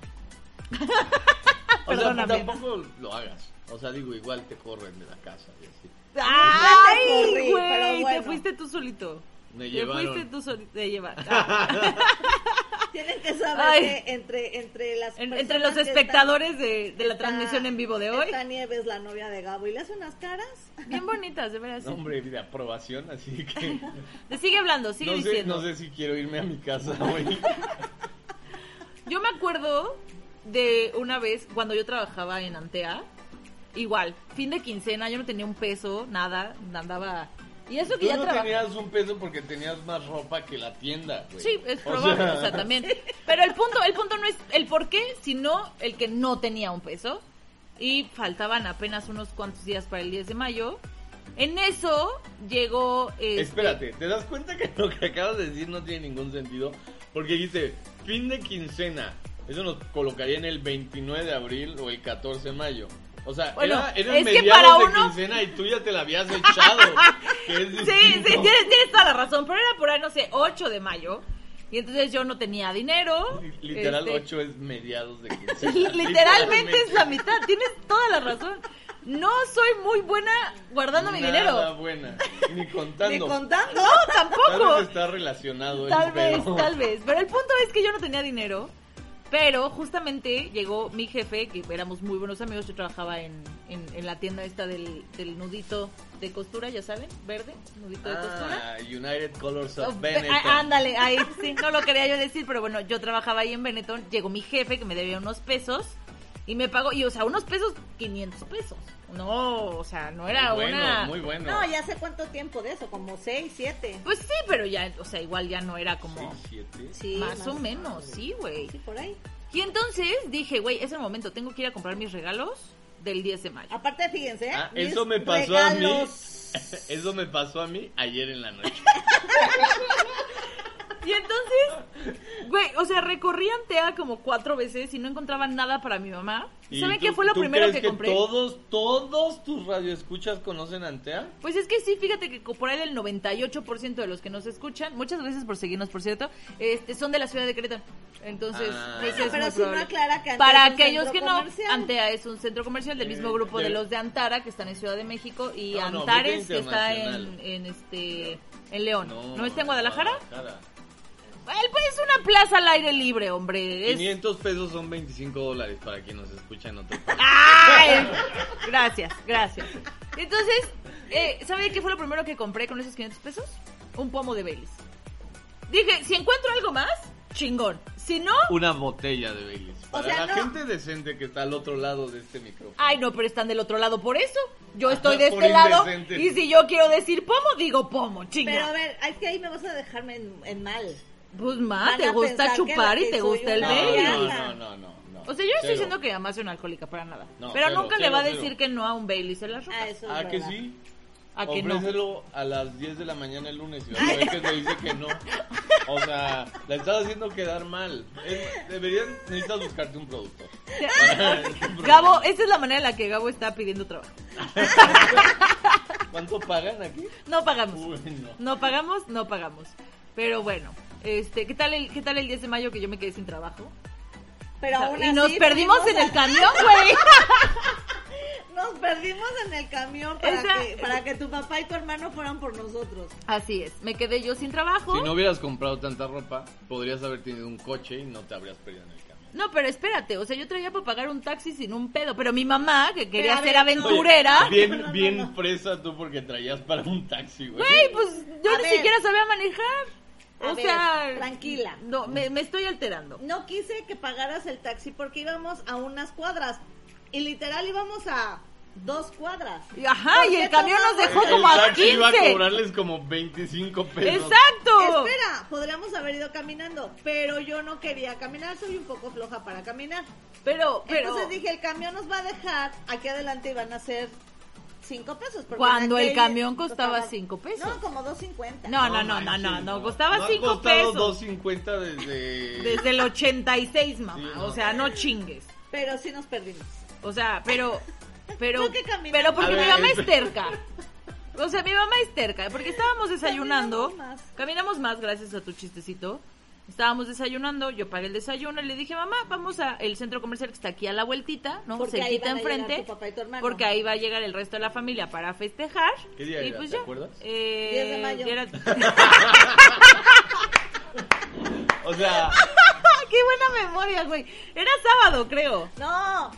Speaker 6: O sea,
Speaker 4: Perdóname.
Speaker 6: tampoco lo hagas. O sea, digo, igual te corren de la casa y así.
Speaker 4: Ay,
Speaker 5: corrí, pero
Speaker 4: güey, te
Speaker 5: bueno.
Speaker 4: fuiste tú solito.
Speaker 6: Me
Speaker 4: te
Speaker 6: llevaron.
Speaker 4: fuiste tú solito. Te lleva- Ah.
Speaker 5: Tienen que saber
Speaker 4: Ay.
Speaker 5: que entre, entre las
Speaker 4: En-
Speaker 5: personas
Speaker 4: entre los
Speaker 5: que están-
Speaker 4: espectadores de, de la
Speaker 5: está-
Speaker 4: transmisión en vivo de hoy.
Speaker 5: Está Nieves, la novia de Gabo, y le hace unas caras.
Speaker 4: Bien bonitas, de veras.
Speaker 6: Hombre de aprobación, así que
Speaker 4: Te Sigue hablando, sigue
Speaker 6: no sé,
Speaker 4: diciendo.
Speaker 6: no sé si quiero irme a mi casa hoy.
Speaker 4: Yo me acuerdo de una vez cuando yo trabajaba en Antea, igual, fin de quincena, yo no tenía un peso, nada, andaba... Y eso que
Speaker 6: Tú
Speaker 4: ya
Speaker 6: no
Speaker 4: trabajaba...
Speaker 6: tenías un peso porque tenías más ropa que la tienda, güey.
Speaker 4: Sí, es
Speaker 6: O
Speaker 4: probable, o sea, también. Pero el punto, el punto no es el por qué, sino el que no tenía un peso. Y faltaban apenas unos cuantos días para el 10 de mayo. En eso llegó... este,
Speaker 6: Espérate, ¿te das cuenta que lo que acabas de decir no tiene ningún sentido? Porque dijiste, fin de quincena. Eso nos colocaría en el 29 de abril o el 14 de mayo. O sea,
Speaker 4: Bueno,
Speaker 6: era, era
Speaker 4: es que
Speaker 6: mediados
Speaker 4: para
Speaker 6: de
Speaker 4: uno-
Speaker 6: quincena y tú ya te la habías echado. que es
Speaker 4: Sí, sí,
Speaker 6: distinto.
Speaker 4: tienes, tienes toda la razón, pero era por ahí, no sé, 8 de mayo. Y entonces yo no tenía dinero.
Speaker 6: Literal,
Speaker 4: este,
Speaker 6: 8 es mediados de quincena.
Speaker 4: Literalmente es la mitad, tienes toda la razón. No soy muy buena guardando mi
Speaker 6: Nada
Speaker 4: dinero.
Speaker 6: buena, ni
Speaker 5: Ni
Speaker 6: contando.
Speaker 5: contando.
Speaker 4: No,
Speaker 6: Tal
Speaker 4: tampoco.
Speaker 6: vez está relacionado el
Speaker 4: Tal vez,
Speaker 6: pedo.
Speaker 4: tal vez. Pero el punto es que yo no tenía dinero. Pero justamente llegó mi jefe, que éramos muy buenos amigos, yo trabajaba en, en, en la tienda esta del, del nudito de costura, ya saben, verde, nudito de costura.
Speaker 6: Ah, United Colors
Speaker 4: Oh,
Speaker 6: of
Speaker 4: ve-
Speaker 6: Benetton.
Speaker 4: ah, Ándale, ahí sí, no lo quería yo decir, pero bueno, yo trabajaba ahí en Benetton, llegó mi jefe que me debía unos pesos y me pagó, y o sea, unos pesos, 500 pesos. No, o sea, no era
Speaker 6: muy bueno,
Speaker 4: una...
Speaker 6: muy bueno.
Speaker 5: No, ya sé cuánto tiempo de eso, como 6, 7.
Speaker 4: Pues sí, pero ya, o sea, igual ya no era como...
Speaker 6: Seis, siete.
Speaker 5: Sí,
Speaker 4: más, o menos, sí, güey.
Speaker 5: Sí, por ahí.
Speaker 4: Y entonces dije, güey, es el momento, tengo que ir a comprar mis regalos del 10 de mayo.
Speaker 5: Aparte, fíjense, ¿eh?
Speaker 6: Ah,
Speaker 5: Mis
Speaker 6: eso me pasó
Speaker 5: regalos.
Speaker 6: a mí. Eso me pasó a mí ayer en la noche.
Speaker 4: Y entonces, güey, o sea, recorrí Antea como cuatro veces y no encontraba nada para mi mamá.
Speaker 6: ¿Y
Speaker 4: ¿Saben
Speaker 6: tú-
Speaker 4: qué fue lo
Speaker 6: tú
Speaker 4: primero
Speaker 6: crees
Speaker 4: que compré?
Speaker 6: Todos, todos tus radioescuchas conocen Antea.
Speaker 4: Pues es que sí, fíjate que por ahí el 98% de los que nos escuchan, muchas gracias por seguirnos, por cierto, este, son de la ciudad de Querétaro. Entonces,
Speaker 6: Ah.
Speaker 4: pues
Speaker 5: Bueno,
Speaker 4: es
Speaker 5: pero
Speaker 4: muy
Speaker 5: si uno
Speaker 4: probable.
Speaker 5: aclara que Antea
Speaker 4: Para
Speaker 5: es un
Speaker 4: aquellos
Speaker 5: centro
Speaker 4: que no,
Speaker 5: comercial.
Speaker 4: Antea es un centro comercial del
Speaker 6: Eh,
Speaker 4: mismo grupo de
Speaker 6: de-
Speaker 4: los de Antara que están en Ciudad de México y
Speaker 6: No, no,
Speaker 4: Antares
Speaker 6: vete
Speaker 4: que está en,
Speaker 6: internacional.
Speaker 4: en este en León. ¿No, está en Guadalajara?
Speaker 6: Guadalajara.
Speaker 4: Él pues es una plaza al aire libre, hombre. Es-
Speaker 6: 500 pesos son 25 dólares para quien nos escucha en otro país.
Speaker 4: ¡Ay! Gracias, gracias. Entonces, eh, ¿sabe qué fue lo primero que compré con esos 500 pesos? Un pomo de Baileys. Dije, si encuentro algo más, chingón. Si no,
Speaker 6: Una botella de Baileys. Para
Speaker 5: sea,
Speaker 6: la
Speaker 5: no.
Speaker 6: gente decente que está al otro lado de este micrófono.
Speaker 4: ay no, pero están del otro lado por eso. Yo estoy de
Speaker 6: Por
Speaker 4: este lado
Speaker 6: indecente.
Speaker 4: y si yo quiero decir pomo, digo pomo,
Speaker 5: Pero a
Speaker 4: chingón.
Speaker 5: ver, es que ahí me vas a dejarme en, en mal.
Speaker 4: Pues más,
Speaker 5: Van
Speaker 4: te
Speaker 5: a pensar
Speaker 4: gusta
Speaker 5: que
Speaker 4: chupar
Speaker 5: lo
Speaker 4: y
Speaker 5: que
Speaker 4: te
Speaker 5: soy
Speaker 4: gusta el
Speaker 5: una
Speaker 6: no,
Speaker 4: Baileys.
Speaker 5: Baileys.
Speaker 6: no, no, no, no, no.
Speaker 4: O sea, yo no estoy
Speaker 6: Cero.
Speaker 4: diciendo que además es una alcohólica para nada.
Speaker 6: No,
Speaker 4: pero
Speaker 6: cero,
Speaker 4: nunca le
Speaker 6: cero,
Speaker 4: va a
Speaker 6: cero.
Speaker 4: decir que no a un Baileys en la ropa.
Speaker 5: Ah, eso es
Speaker 6: Ah, que
Speaker 5: verdad.
Speaker 6: sí.
Speaker 4: A que no.
Speaker 6: Ofrécelo a las 10 de la mañana el lunes y vas a ver que te dice que no. O sea, la estás haciendo quedar mal. Es- deberías, necesitas buscarte un productor.
Speaker 4: Gabo, esta es la manera en la que Gabo está pidiendo trabajo.
Speaker 6: ¿Cuánto pagan aquí?
Speaker 4: No pagamos.
Speaker 6: Uy, no.
Speaker 4: No pagamos, no pagamos. Pero bueno, este, ¿qué tal el, qué tal el 10 de mayo que yo me quedé sin trabajo?
Speaker 5: Pero aún
Speaker 4: y nos
Speaker 5: así
Speaker 4: perdimos
Speaker 5: fuimos
Speaker 4: en
Speaker 5: a-
Speaker 4: el camión, güey.
Speaker 5: Nos perdimos en el camión para,
Speaker 4: Esa-
Speaker 5: que, para que tu papá y tu hermano fueran por nosotros.
Speaker 4: Así es, me quedé yo sin trabajo.
Speaker 6: Si no hubieras comprado tanta ropa, podrías haber tenido un coche y no te habrías perdido en el camino.
Speaker 4: No, pero espérate, o sea, yo traía para pagar un taxi sin un pedo, pero mi mamá, que quería
Speaker 5: a ver,
Speaker 4: ser
Speaker 5: no.
Speaker 4: aventurera,
Speaker 6: Bien,
Speaker 5: No, no, no,
Speaker 6: bien
Speaker 5: no.
Speaker 6: presa tú porque traías para un taxi, güey.
Speaker 4: güey, pues yo
Speaker 5: A
Speaker 4: ni
Speaker 5: ver.
Speaker 4: siquiera sabía manejar.
Speaker 5: A
Speaker 4: O
Speaker 5: ver,
Speaker 4: sea,
Speaker 5: tranquila.
Speaker 4: No, me, me estoy alterando.
Speaker 5: No quise que pagaras el taxi porque íbamos a unas cuadras. Y literal íbamos a dos cuadras.
Speaker 4: Y Ajá,
Speaker 5: ¿Por
Speaker 4: y
Speaker 5: qué
Speaker 4: el camión nos
Speaker 5: tomamos
Speaker 4: dejó
Speaker 5: el
Speaker 4: como a
Speaker 6: taxi iba a
Speaker 4: 15.
Speaker 6: cobrarles como 25 pesos.
Speaker 4: Exacto.
Speaker 5: Espera, podríamos haber ido caminando, pero yo no quería caminar, soy un poco floja para caminar.
Speaker 4: Pero, pero.
Speaker 5: Entonces dije, el camión nos va a dejar, aquí adelante iban a ser cinco pesos. porque en
Speaker 4: Cuando el
Speaker 5: aquel
Speaker 4: camión costaba cinco pesos.
Speaker 5: No, como dos cincuenta.
Speaker 4: No, no, no, no,
Speaker 6: manches,
Speaker 4: no, no, costaba
Speaker 6: ha
Speaker 4: 5
Speaker 6: costado
Speaker 4: pesos.
Speaker 6: 2.50 desde...
Speaker 4: Desde el 86, mamá.
Speaker 6: Sí,
Speaker 4: O
Speaker 6: no.
Speaker 4: sea, no chingues.
Speaker 5: Pero sí nos perdimos.
Speaker 4: O sea, pero. Pero,
Speaker 5: Creo que caminamos.
Speaker 4: pero porque
Speaker 6: A
Speaker 4: mi
Speaker 6: ver,
Speaker 4: mamá es
Speaker 6: espera.
Speaker 4: terca. O sea, mi mamá es terca. Porque estábamos desayunando.
Speaker 5: Caminamos más.
Speaker 4: Caminamos más, gracias a tu chistecito. Estábamos desayunando, yo pagué el desayuno y le dije, mamá, vamos a el centro comercial que está aquí a la vueltita, ¿no?
Speaker 5: Porque ahí
Speaker 4: Cerquita
Speaker 5: van a llegar
Speaker 4: enfrente.
Speaker 5: tu papá y tu hermano.
Speaker 4: Porque ahí va a llegar el resto de la familia para festejar.
Speaker 6: ¿Qué día
Speaker 4: y
Speaker 6: era?
Speaker 4: pues
Speaker 6: ¿Te
Speaker 4: ya.
Speaker 6: acuerdas?
Speaker 4: Eh,
Speaker 5: 10 de mayo.
Speaker 4: ya era-
Speaker 6: O sea,
Speaker 4: ¡Qué buena memoria, güey! Era sábado, creo.
Speaker 5: No,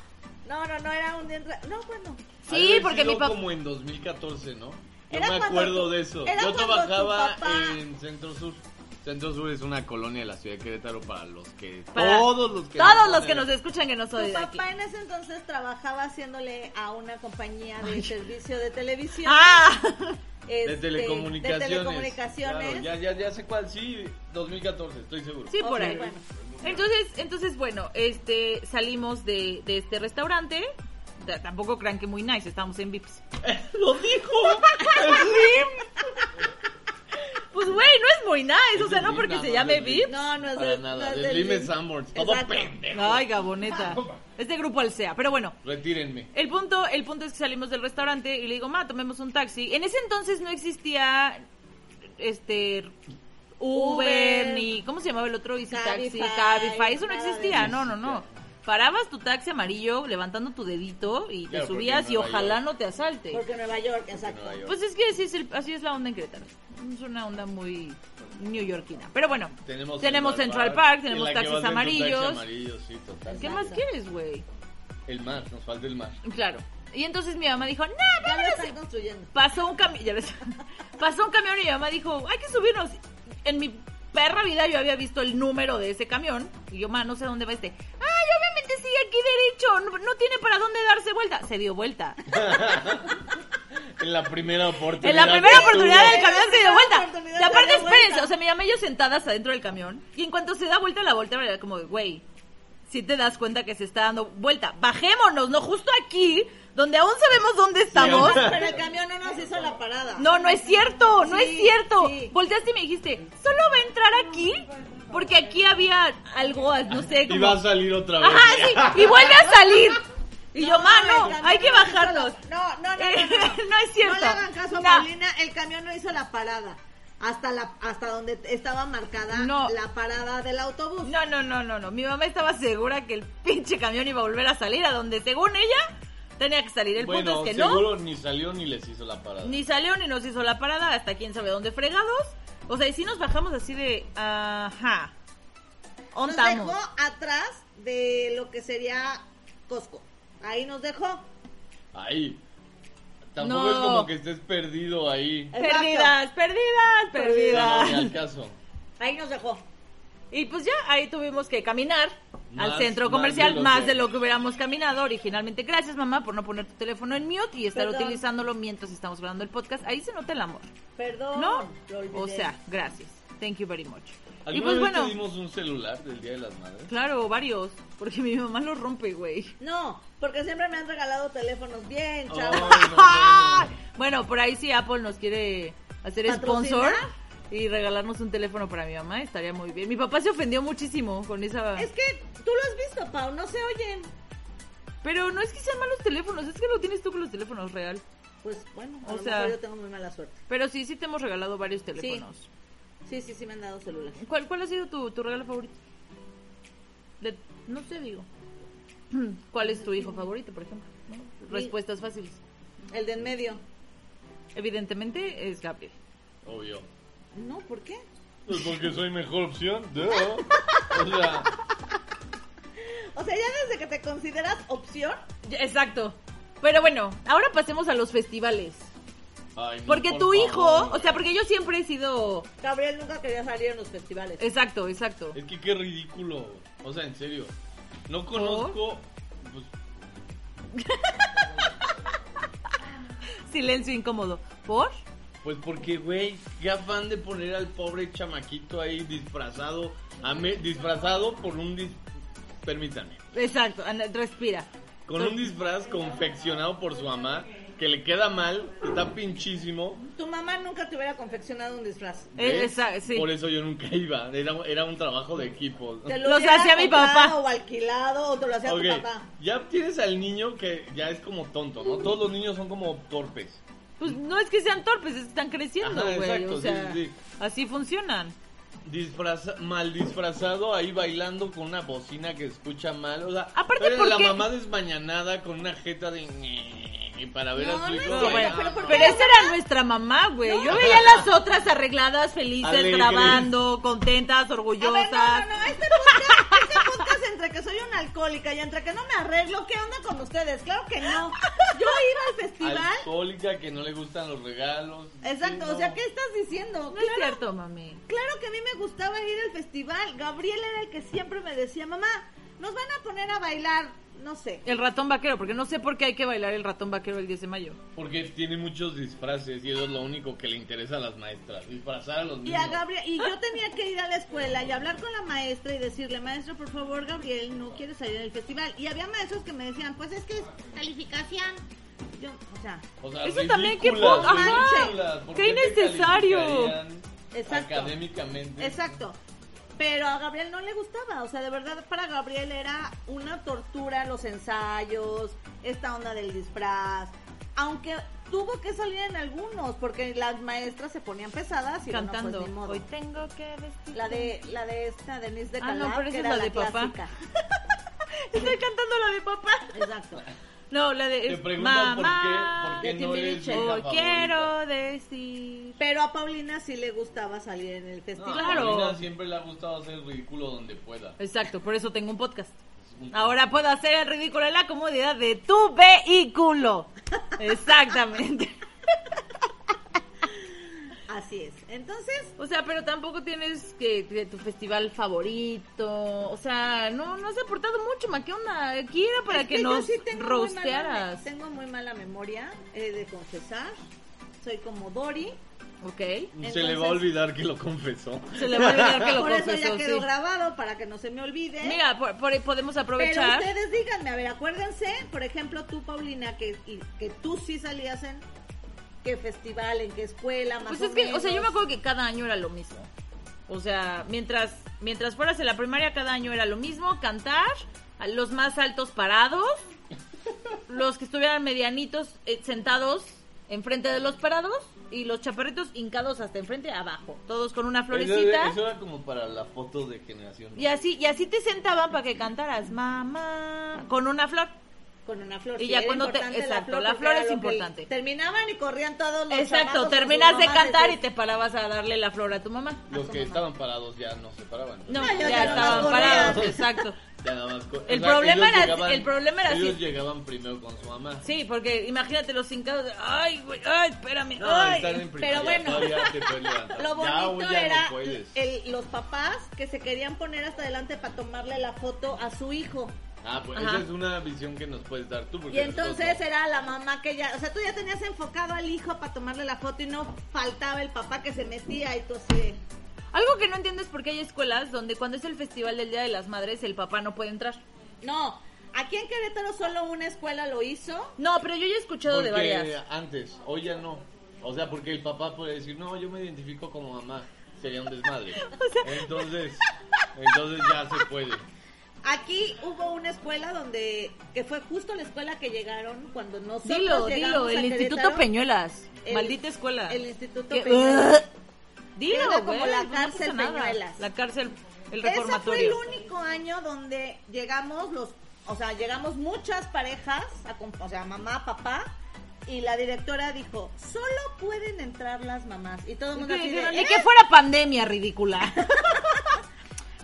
Speaker 5: no, no, no, era un día entre... No, bueno.
Speaker 4: Sí,
Speaker 6: ha de haber
Speaker 4: porque
Speaker 6: sido
Speaker 4: mi papá-
Speaker 6: como en 2014, ¿no? Yo
Speaker 5: Era
Speaker 6: me
Speaker 5: cuando
Speaker 6: acuerdo
Speaker 5: tu-
Speaker 6: de eso.
Speaker 5: era
Speaker 6: Yo
Speaker 5: cuando tu
Speaker 6: trabajaba
Speaker 5: papá-
Speaker 6: en Centro Sur. Centro Sur es una colonia de la ciudad de Querétaro para los que...
Speaker 4: Para-
Speaker 6: todos los que...
Speaker 4: Todos los que nos
Speaker 6: nos
Speaker 4: escuchan que no soy
Speaker 5: Tu
Speaker 4: de aquí.
Speaker 5: papá en ese entonces trabajaba haciéndole a una compañía de servicio de televisión.
Speaker 4: ¡Ah!
Speaker 5: este,
Speaker 6: De telecomunicaciones.
Speaker 5: De telecomunicaciones.
Speaker 6: Claro, ya, ya, ya sé cuál. Sí, 2014, estoy seguro.
Speaker 4: Sí, por
Speaker 5: Ok,
Speaker 4: ahí.
Speaker 5: bueno.
Speaker 4: Entonces, entonces bueno, este, salimos de, de este restaurante. T- Tampoco crean que muy nice, estábamos en VIPs.
Speaker 6: ¡Lo dijo!
Speaker 4: Pues, güey, no es muy nice, o sea, no
Speaker 6: Sí,
Speaker 4: porque
Speaker 6: nada
Speaker 4: se
Speaker 6: más
Speaker 4: llame
Speaker 6: del
Speaker 4: VIPs.
Speaker 5: No, no es
Speaker 6: Para
Speaker 5: del-
Speaker 6: nada,
Speaker 5: no es
Speaker 6: de
Speaker 5: del
Speaker 6: Slim
Speaker 5: Lim.
Speaker 6: Sandboards, todo
Speaker 5: Exacto.
Speaker 6: pendejo.
Speaker 4: Ay, Gaboneta. Este grupo alcea. Pero bueno,
Speaker 6: Retírenme.
Speaker 4: El punto, el punto es que salimos del restaurante y le digo, ma, tomemos un taxi. En ese entonces no existía este Uber,
Speaker 5: Uber,
Speaker 4: ni ¿cómo se llamaba el otro? Easy Taxi,
Speaker 5: Cabify,
Speaker 4: Cabify, eso no
Speaker 5: nada de
Speaker 4: existía,
Speaker 5: eso.
Speaker 4: no, no, no. parabas tu taxi amarillo levantando tu dedito y te
Speaker 6: Claro, porque
Speaker 4: subías
Speaker 6: en
Speaker 4: y
Speaker 6: Nueva
Speaker 4: ojalá
Speaker 6: York-
Speaker 4: no te asalte.
Speaker 5: Porque Nueva York, exacto.
Speaker 6: Nueva York.
Speaker 4: Pues es que así es, el- así es la onda en Querétaro. Es una onda muy neoyorquina. Pero bueno,
Speaker 6: Tenemos,
Speaker 4: Central Park,
Speaker 6: en
Speaker 4: tenemos
Speaker 6: la que
Speaker 4: taxis
Speaker 6: vas en tu taxi
Speaker 4: amarillos.
Speaker 6: amarillo, sí, total.
Speaker 4: ¿Qué más quieres, güey?
Speaker 6: El mar, nos falta el mar.
Speaker 4: Claro. Y entonces mi mamá dijo, no,
Speaker 5: Ya lo
Speaker 4: vámonos".
Speaker 5: están construyendo.
Speaker 4: Pasó un camión, ya ves, pasó un camión y mi mamá dijo, hay que subirnos. En mi perra vida yo había visto el número de ese camión. Y yo, ma, no sé dónde va este. Ay, obviamente sigue aquí derecho, no, no tiene para dónde darse vuelta. Se dio vuelta.
Speaker 6: En la primera oportunidad.
Speaker 4: En la primera
Speaker 6: que tuvo.
Speaker 4: oportunidad del camión se dio
Speaker 5: En la
Speaker 4: vuelta.
Speaker 5: oportunidad
Speaker 4: Y aparte,
Speaker 5: se dio vuelta.
Speaker 4: espérense, o sea, me llamé yo sentadas adentro del camión. Y en cuanto se da vuelta, la voltea era como, güey, si te das cuenta que se está dando vuelta, bajémonos, no justo aquí, donde aún sabemos dónde estamos.
Speaker 5: Pero el camión no nos hizo la parada.
Speaker 4: No, no es cierto, no
Speaker 5: Sí,
Speaker 4: es cierto.
Speaker 5: sí.
Speaker 4: Volteaste y me dijiste, ¿solo va a entrar aquí? Porque aquí había algo, no sé,
Speaker 6: Y
Speaker 4: como...
Speaker 6: va a salir otra vez.
Speaker 4: Ajá, sí, y vuelve a salir. Y yo,
Speaker 5: el
Speaker 4: mano,
Speaker 5: camión
Speaker 4: hay que
Speaker 5: no hizo la-
Speaker 4: bajarnos.
Speaker 5: No, no, no. No,
Speaker 4: Eh,
Speaker 5: no, no.
Speaker 4: no es cierto.
Speaker 5: No le hagan caso
Speaker 4: No.
Speaker 5: a Paulina, el camión no hizo la parada. Hasta, la, hasta donde estaba marcada
Speaker 4: No.
Speaker 5: la parada del autobús.
Speaker 4: No, no, no, no, no. Mi mamá estaba segura que el pinche camión iba a volver a salir a donde, según ella, tenía que salir. El
Speaker 6: bueno,
Speaker 4: punto es que
Speaker 6: seguro ni salió ni les hizo la parada.
Speaker 4: no. Ni salió ni nos hizo la parada hasta quién sabe dónde fregados. O sea, y si nos bajamos así de... Ajá.
Speaker 5: Nos
Speaker 4: Ontamos.
Speaker 5: dejó atrás de lo que sería Costco. Ahí nos dejó.
Speaker 6: Ahí. Tampoco
Speaker 4: No.
Speaker 6: es como que estés perdido ahí.
Speaker 5: Exacto.
Speaker 4: Perdidas, perdidas,
Speaker 6: Ya no, ni
Speaker 4: perdidas.
Speaker 6: al caso.
Speaker 5: Ahí nos dejó.
Speaker 4: Y pues ya ahí tuvimos que caminar al
Speaker 6: Más-
Speaker 4: centro
Speaker 6: más
Speaker 4: comercial,
Speaker 6: de lo
Speaker 4: más
Speaker 6: que-
Speaker 4: de lo que hubiéramos caminado originalmente. Gracias, mamá, por no poner tu teléfono en mute y estar
Speaker 5: Perdón.
Speaker 4: utilizándolo mientras estamos grabando el podcast. Ahí se nota el amor,
Speaker 5: Perdón.
Speaker 4: ¿no?
Speaker 5: lo olvidé.
Speaker 4: O sea, gracias. Thank you very much. Y
Speaker 6: ¿Alguna
Speaker 4: pues
Speaker 6: vez
Speaker 4: bueno,
Speaker 6: te dimos un celular del Día de las Madres?
Speaker 4: claro, varios, porque mi mamá lo rompe, güey.
Speaker 5: No, porque siempre me han regalado teléfonos
Speaker 4: Oh.
Speaker 5: bien,
Speaker 6: Ay,
Speaker 5: chavos.
Speaker 6: no, bueno.
Speaker 4: Bueno, por ahí sí Apple nos quiere hacer sponsor
Speaker 5: ¿Patrocinar?
Speaker 4: y regalarnos un teléfono para mi mamá, estaría muy bien. Mi papá se ofendió muchísimo con esa...
Speaker 5: Es que tú lo has visto, Pau, no se oyen.
Speaker 4: Pero no es que sean malos teléfonos, es que lo tienes tú con los teléfonos real.
Speaker 5: Pues bueno, a
Speaker 4: O
Speaker 5: lo
Speaker 4: sea-
Speaker 5: mejor yo tengo muy mala suerte.
Speaker 4: Pero sí, sí te hemos regalado varios teléfonos.
Speaker 5: Sí, sí, sí me han dado celular.
Speaker 4: ¿Cuál, ¿Cuál ha sido tu, tu regalo favorito? De- no sé, digo. ¿Cuál es tu hijo favorito, por ejemplo? ¿No? Respuestas fáciles.
Speaker 5: El de en medio.
Speaker 4: Evidentemente es Gabriel.
Speaker 6: Obvio.
Speaker 5: No, ¿por qué?
Speaker 6: Pues porque soy mejor opción. Duh. O sea,
Speaker 5: O sea, ya desde que te consideras opción,
Speaker 4: Ya, Exacto. Pero bueno, ahora pasemos a los festivales.
Speaker 6: ay, no,
Speaker 4: Porque
Speaker 6: por
Speaker 4: tu hijo,
Speaker 6: favor.
Speaker 4: o sea, porque yo siempre he sido...
Speaker 5: Gabriel nunca quería salir en los festivales.
Speaker 4: Exacto, exacto.
Speaker 6: Es que qué ridículo. O sea, en serio. No conozco. Pues,
Speaker 4: Silencio incómodo. ¿Por?
Speaker 6: pues porque, güey, qué afán de poner al pobre chamaquito ahí disfrazado. a me- disfrazado por un dis. Permítanme.
Speaker 4: Exacto, Ana, respira.
Speaker 6: Con un disfraz confeccionado por su mamá. Que le queda mal. Está pinchísimo.
Speaker 5: Tu mamá nunca te hubiera confeccionado un disfraz.
Speaker 4: Eh,
Speaker 6: ¿ves?
Speaker 4: esa- sí.
Speaker 6: Por eso yo nunca iba. Era, era un trabajo de equipo.
Speaker 5: Te
Speaker 4: Los
Speaker 5: hubiera
Speaker 4: hacía mi
Speaker 5: comprado
Speaker 4: papá.
Speaker 5: O alquilado, o te lo hacía
Speaker 6: Ok,
Speaker 5: tu papá.
Speaker 6: ya tienes al niño que ya es como tonto, ¿no? Todos los niños son como torpes.
Speaker 4: Pues no es que sean torpes, están creciendo,
Speaker 6: Ajá,
Speaker 4: güey.
Speaker 6: exacto,
Speaker 4: O
Speaker 6: sí,
Speaker 4: sea,
Speaker 6: sí, sí.
Speaker 4: así funcionan.
Speaker 6: Disfraza, mal disfrazado ahí bailando con una bocina que escucha mal. O sea,
Speaker 4: Aparte,
Speaker 6: eres
Speaker 4: ¿por
Speaker 6: la
Speaker 4: qué?
Speaker 6: mamá desmañanada con una jeta de... y para ver
Speaker 5: No,
Speaker 6: a
Speaker 5: no
Speaker 6: su hijo.
Speaker 5: es
Speaker 4: No,
Speaker 5: cierto,
Speaker 4: bueno,
Speaker 6: bailando.
Speaker 5: pero ¿por qué?
Speaker 4: pero esa era nuestra mamá, güey. Yo veía a las otras arregladas, felices,
Speaker 6: Alegres.
Speaker 4: grabando, contentas,
Speaker 5: A ver,
Speaker 4: orgullosas.
Speaker 5: no, no, no, este podcast, este podcast entre que soy una alcohólica y entre que no me arreglo, ¿qué onda con ustedes? Claro que no. Yo iba al festival.
Speaker 6: Alcohólica, que no le gustan los regalos.
Speaker 5: Exacto,
Speaker 6: Sí, no.
Speaker 5: o sea, ¿qué estás diciendo?
Speaker 4: No es
Speaker 5: Claro-
Speaker 4: cierto, mami.
Speaker 5: Claro que a mí me gustaba ir al festival. Gabriel era el que siempre me decía, mamá, nos van a poner a bailar, no sé.
Speaker 4: El ratón vaquero, porque no sé por qué hay que bailar el ratón vaquero el 10 de mayo.
Speaker 6: Porque tiene muchos disfraces y eso es lo único que le interesa a las maestras. Disfrazar a los
Speaker 5: Y
Speaker 6: niños.
Speaker 5: a Gabriel, y yo tenía que ir a la escuela y hablar con la maestra y decirle, maestra, por favor, Gabriel, no quiere salir al festival. Y había maestros que me decían, pues es que es calificación. Yo, o sea,
Speaker 6: O sea,
Speaker 4: Eso también, qué
Speaker 6: ridículas,
Speaker 4: po- ajá,
Speaker 6: ridículas. ¿Por
Speaker 4: qué
Speaker 6: te
Speaker 4: innecesario.
Speaker 6: calificarían
Speaker 5: Exacto.
Speaker 6: Académicamente.
Speaker 5: Exacto. Pero a Gabriel no le gustaba, o sea, de verdad para Gabriel era una tortura los ensayos, esta onda del disfraz, aunque tuvo que salir en algunos porque las maestras se ponían pesadas y bueno, pues,
Speaker 4: cantando.
Speaker 5: ni modo.
Speaker 4: Hoy tengo que vestir.
Speaker 5: La de la de esta Denise de
Speaker 4: Ah, no,
Speaker 5: Calaf,
Speaker 4: pero
Speaker 5: que
Speaker 4: esa es
Speaker 5: era
Speaker 4: la de papá.
Speaker 5: clásica.
Speaker 4: estoy cantando la de papá.
Speaker 5: Exacto.
Speaker 4: No, la de.
Speaker 6: Te
Speaker 4: es
Speaker 6: preguntan por
Speaker 4: mamá,
Speaker 6: qué- por qué no eres
Speaker 4: Timbiriche.
Speaker 6: mi hija
Speaker 4: Hoy
Speaker 6: favorita.
Speaker 4: quiero decir.
Speaker 5: Pero a Paulina sí le gustaba salir en el
Speaker 6: No,
Speaker 5: festival.
Speaker 6: a
Speaker 4: claro.
Speaker 6: Paulina siempre le ha gustado hacer ridículo donde pueda.
Speaker 4: Exacto, por eso tengo un podcast.
Speaker 6: Es un-
Speaker 4: Ahora puedo hacer el ridículo en la comodidad de tu vehículo. Exactamente.
Speaker 5: Así es. Entonces,
Speaker 4: O sea, pero tampoco tienes que, que tu festival favorito. O sea, no, no has aportado mucho, ma. ¿Qué onda? Aquí era para
Speaker 5: es
Speaker 4: que,
Speaker 5: yo
Speaker 4: nos
Speaker 5: sí tengo muy mala me-
Speaker 4: rostearas.
Speaker 5: tengo muy mala memoria, he de confesar. Soy como Dory.
Speaker 4: Ok.
Speaker 6: Se le
Speaker 5: entonces-
Speaker 6: va a olvidar que lo confesó.
Speaker 4: Se le va a olvidar que lo
Speaker 5: Por eso
Speaker 4: confesó,
Speaker 5: ya quedó
Speaker 4: sí.
Speaker 5: grabado, para que no se me olvide.
Speaker 4: Mira, por- por- podemos
Speaker 5: Pero
Speaker 4: aprovechar.
Speaker 5: ustedes díganme, a ver, acuérdense, por ejemplo, tú, Paulina, que, y- que tú sí salías en qué festival, en qué escuela, más
Speaker 4: Pues
Speaker 5: o
Speaker 4: es que, o sea, yo me
Speaker 5: menos.
Speaker 4: acuerdo que cada año era lo mismo. O sea, mientras, mientras fueras en la primaria, cada año era lo mismo, cantar, a los más altos parados, los que estuvieran medianitos eh, sentados enfrente de los parados y los chaparritos hincados hasta enfrente abajo, todos con una florecita.
Speaker 6: Eso era como para la foto de generación.
Speaker 4: Y así, y así te sentaban para que cantaras, mamá, con una flor.
Speaker 5: Con una flor.
Speaker 4: Y
Speaker 5: sí,
Speaker 4: ya
Speaker 5: era
Speaker 4: cuando te-
Speaker 5: importante
Speaker 4: exacto, la
Speaker 5: porque
Speaker 4: flor
Speaker 5: era
Speaker 4: es
Speaker 5: lo que
Speaker 4: importante.
Speaker 5: Terminaban y corrían todos los chamacos
Speaker 4: Exacto,
Speaker 5: con sus
Speaker 4: terminas de
Speaker 5: mamás
Speaker 4: cantar y
Speaker 5: decir,
Speaker 4: te parabas a darle la flor a tu mamá.
Speaker 6: Los que estaban parados ya no se paraban.
Speaker 4: No,
Speaker 5: No, yo
Speaker 4: ya
Speaker 5: ya no
Speaker 4: estaban
Speaker 5: corría.
Speaker 4: parados, exacto.
Speaker 6: Ya nada más co-
Speaker 4: El
Speaker 6: o sea,
Speaker 4: problema
Speaker 6: ellos
Speaker 4: era- el problema era
Speaker 6: Ellos
Speaker 4: si-
Speaker 6: llegaban primero con su mamá.
Speaker 4: Sí, porque imagínate los cincados. de, Ay, güey, ay, espérame.
Speaker 6: No,
Speaker 4: ay.
Speaker 6: estar en
Speaker 5: pero
Speaker 6: primaria
Speaker 5: bueno.
Speaker 6: todavía te puedes levantar.
Speaker 5: Lo
Speaker 6: Ya,
Speaker 5: bonito
Speaker 6: ya no
Speaker 5: era
Speaker 6: puedes.
Speaker 5: el- los papás que se querían poner hasta adelante para tomarle la foto a su hijo.
Speaker 6: Ah, pues
Speaker 4: Ajá.
Speaker 6: esa es una visión que nos puedes dar tú.
Speaker 5: Y
Speaker 6: Porque
Speaker 5: entonces
Speaker 6: nosotros
Speaker 5: era la mamá que ya, o sea, tú ya tenías enfocado al hijo para tomarle la foto y no faltaba el papá que se metía y tú así. de,
Speaker 4: Algo que no entiendo es por qué hay escuelas donde cuando es el festival del Día de las Madres el papá no puede entrar.
Speaker 5: No, aquí en Querétaro solo una escuela lo hizo.
Speaker 4: No, pero yo ya he
Speaker 6: no.
Speaker 4: escuchado de
Speaker 6: Porque
Speaker 4: varias.
Speaker 6: antes, hoy ya no. O sea, porque el papá puede decir, no, yo me identifico como mamá. Sería un desmadre. entonces, entonces ya se puede.
Speaker 5: Aquí hubo una escuela donde, que fue justo la escuela que llegaron cuando nosotros
Speaker 4: Dilo, dilo,
Speaker 5: llegamos a
Speaker 4: el Instituto
Speaker 5: Querétaro,
Speaker 4: Peñuelas.
Speaker 5: el-
Speaker 4: maldita escuela.
Speaker 5: El Instituto
Speaker 4: Que-
Speaker 5: Peñuelas.
Speaker 4: dilo,
Speaker 5: Era como
Speaker 4: güey,
Speaker 5: la
Speaker 4: no
Speaker 5: cárcel
Speaker 4: pasa nada.
Speaker 5: Peñuelas.
Speaker 4: La cárcel, el
Speaker 5: Ese fue el
Speaker 4: reformatorio.
Speaker 5: único año donde llegamos los, o sea, llegamos muchas parejas, a comp- o sea, mamá, papá, y la directora dijo, solo pueden entrar las mamás. Y todo el mundo así de,
Speaker 4: Ni
Speaker 5: "¿Eh?".
Speaker 4: que fuera pandemia ridícula.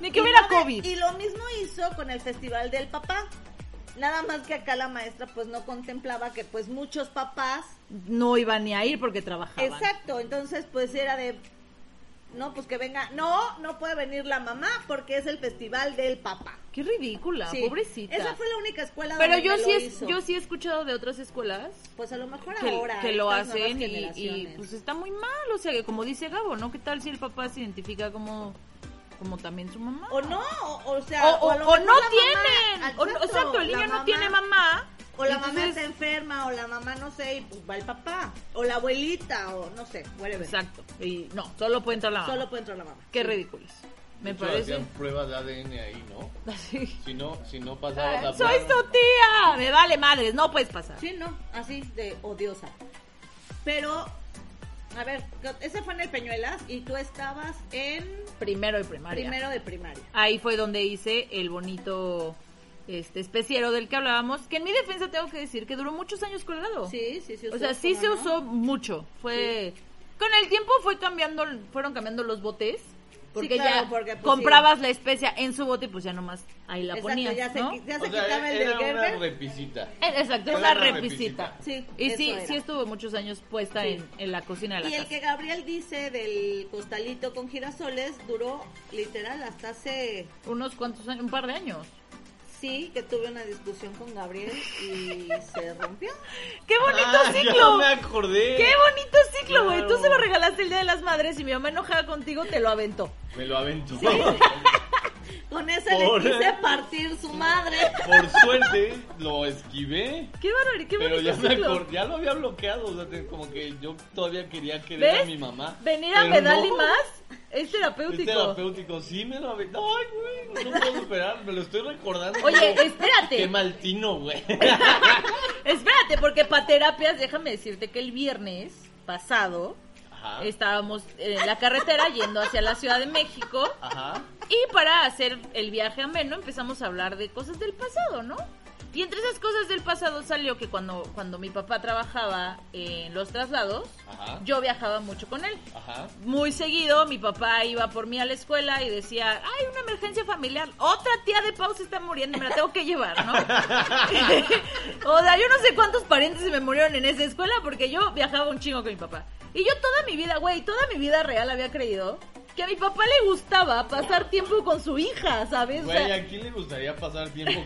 Speaker 4: Ni que
Speaker 5: Y
Speaker 4: hubiera
Speaker 5: no me-
Speaker 4: COVID.
Speaker 5: Y lo mismo hizo con el Festival del Papá. Nada más que acá la maestra pues no contemplaba que pues muchos papás
Speaker 4: No iban ni a ir porque trabajaban.
Speaker 5: Exacto, entonces pues era de no, pues que venga, no, no puede venir la mamá porque es el festival del papá.
Speaker 4: Qué ridícula,
Speaker 5: Sí.
Speaker 4: pobrecita.
Speaker 5: Esa fue la única escuela
Speaker 4: Pero
Speaker 5: donde
Speaker 4: yo
Speaker 5: me lo
Speaker 4: sí, es-
Speaker 5: hizo.
Speaker 4: yo sí he escuchado de otras escuelas
Speaker 5: pues a lo mejor
Speaker 4: que,
Speaker 5: ahora
Speaker 4: que lo
Speaker 5: estas nuevas
Speaker 4: hacen y- y,
Speaker 5: generaciones.
Speaker 4: pues está muy mal, o sea, que como dice Gabo, ¿no? ¿Qué tal si el papá se identifica como, como también su mamá?
Speaker 5: o no, o, o sea,
Speaker 4: O- o-
Speaker 5: a lo
Speaker 4: o
Speaker 5: mejor
Speaker 4: no
Speaker 5: la mamá-
Speaker 4: tienen, o no-
Speaker 5: exacto,
Speaker 4: exacto, el
Speaker 5: la
Speaker 4: niño no
Speaker 5: mamá-
Speaker 4: tiene mamá.
Speaker 5: o la mamá
Speaker 4: entonces-
Speaker 5: está enferma o la mamá no sé, y pues va el papá o la abuelita o no sé, whatever.
Speaker 4: Exacto, y no, solo puede entrar la mamá.
Speaker 5: Solo puede entrar la mamá.
Speaker 4: Qué ridículos.
Speaker 6: De
Speaker 4: Me
Speaker 6: hecho,
Speaker 4: parece.
Speaker 6: Hacían pruebas de ADN ahí, ¿no?
Speaker 4: Así.
Speaker 6: Si no, si no pasabas
Speaker 4: Ay,
Speaker 6: la
Speaker 4: Ah, Soy
Speaker 6: prueba-
Speaker 4: tu tía, me vale madres, no puedes pasar.
Speaker 5: Sí, no, así de odiosa. Pero, a ver, ese fue en el Peñuelas y tú estabas en
Speaker 4: Primero de primaria.
Speaker 5: primero de primaria.
Speaker 4: Ahí fue donde hice el bonito este especiero del que hablábamos, que en mi defensa tengo que decir que duró muchos años colgado.
Speaker 5: Sí, sí, sí.
Speaker 4: Oh. o sea, sí se usó mucho. Fue con el tiempo fue cambiando, fueron cambiando los botes. Porque
Speaker 5: claro,
Speaker 4: ya
Speaker 5: porque, pues,
Speaker 4: comprabas la especia en su bote y pues ya nomás ahí la
Speaker 5: Exacto,
Speaker 4: ponías,
Speaker 5: ya se,
Speaker 4: ¿no?
Speaker 5: qui- ya se
Speaker 6: O sea,
Speaker 5: quitaba el del
Speaker 6: era una
Speaker 5: Gerber.
Speaker 6: repisita.
Speaker 4: Eh, Exacto,
Speaker 6: Era
Speaker 4: una,
Speaker 6: una
Speaker 4: repisita.
Speaker 6: repisita.
Speaker 5: Sí,
Speaker 4: Y
Speaker 5: eso
Speaker 4: sí,
Speaker 5: era.
Speaker 4: sí estuvo muchos años puesta
Speaker 5: Sí.
Speaker 4: en, en la cocina de la
Speaker 5: Y el
Speaker 4: casa.
Speaker 5: que Gabriel dice del costalito con girasoles duró literal hasta hace...
Speaker 4: Unos cuantos años, un par de años.
Speaker 5: Sí, que tuve una discusión con Gabriel y se rompió.
Speaker 4: ¡Qué bonito
Speaker 6: Ah, ya
Speaker 4: ciclo!
Speaker 6: me acordé.
Speaker 4: ¡Qué bonito ciclo, güey! Tú
Speaker 6: Claro.
Speaker 4: se lo regalaste el Día de las Madres y mi mamá enojada contigo te lo aventó.
Speaker 6: Me lo aventó.
Speaker 5: Con ese
Speaker 6: Por-
Speaker 5: le quise partir su madre.
Speaker 6: Por suerte lo esquivé.
Speaker 4: ¡Qué bárbaro! ¡Qué
Speaker 6: Pero
Speaker 4: bonito
Speaker 6: ya, me
Speaker 4: ciclo!
Speaker 6: acor- ya lo había bloqueado, o sea, te- como que yo todavía quería querer
Speaker 4: ¿Ves?
Speaker 6: a mi mamá.
Speaker 4: Venir a
Speaker 6: pero
Speaker 4: Medal y
Speaker 6: no.
Speaker 4: más es
Speaker 6: Es
Speaker 4: terapéutico.
Speaker 6: terapéutico, sí me lo aventó. Ay, güey, no puedo superar, me lo estoy recordando.
Speaker 4: Oye, este-
Speaker 6: Digo,
Speaker 4: espérate.
Speaker 6: Qué maltino, güey.
Speaker 4: Espérate, porque para terapias, déjame decirte que el viernes pasado
Speaker 6: Ajá. Ah.
Speaker 4: estábamos en la carretera yendo hacia la Ciudad de México
Speaker 6: Ajá.
Speaker 4: Y para hacer el viaje ameno empezamos a hablar de cosas del pasado, ¿no? Y entre esas cosas del pasado salió que cuando, cuando mi papá trabajaba en los traslados,
Speaker 6: Ajá.
Speaker 4: yo viajaba mucho con él.
Speaker 6: Ajá.
Speaker 4: Muy seguido, mi papá iba por mí a la escuela y decía, hay una emergencia familiar, otra tía de Pau se está muriendo, me la tengo que llevar, ¿no? o sea, yo no sé cuántos parientes se me murieron en esa escuela porque yo viajaba un chingo con mi papá. Y yo toda mi vida, güey, toda mi vida real había creído que a mi papá le gustaba pasar tiempo con su hija, ¿sabes? O sea, pues
Speaker 6: Güey, ¿a quién le gustaría pasar tiempo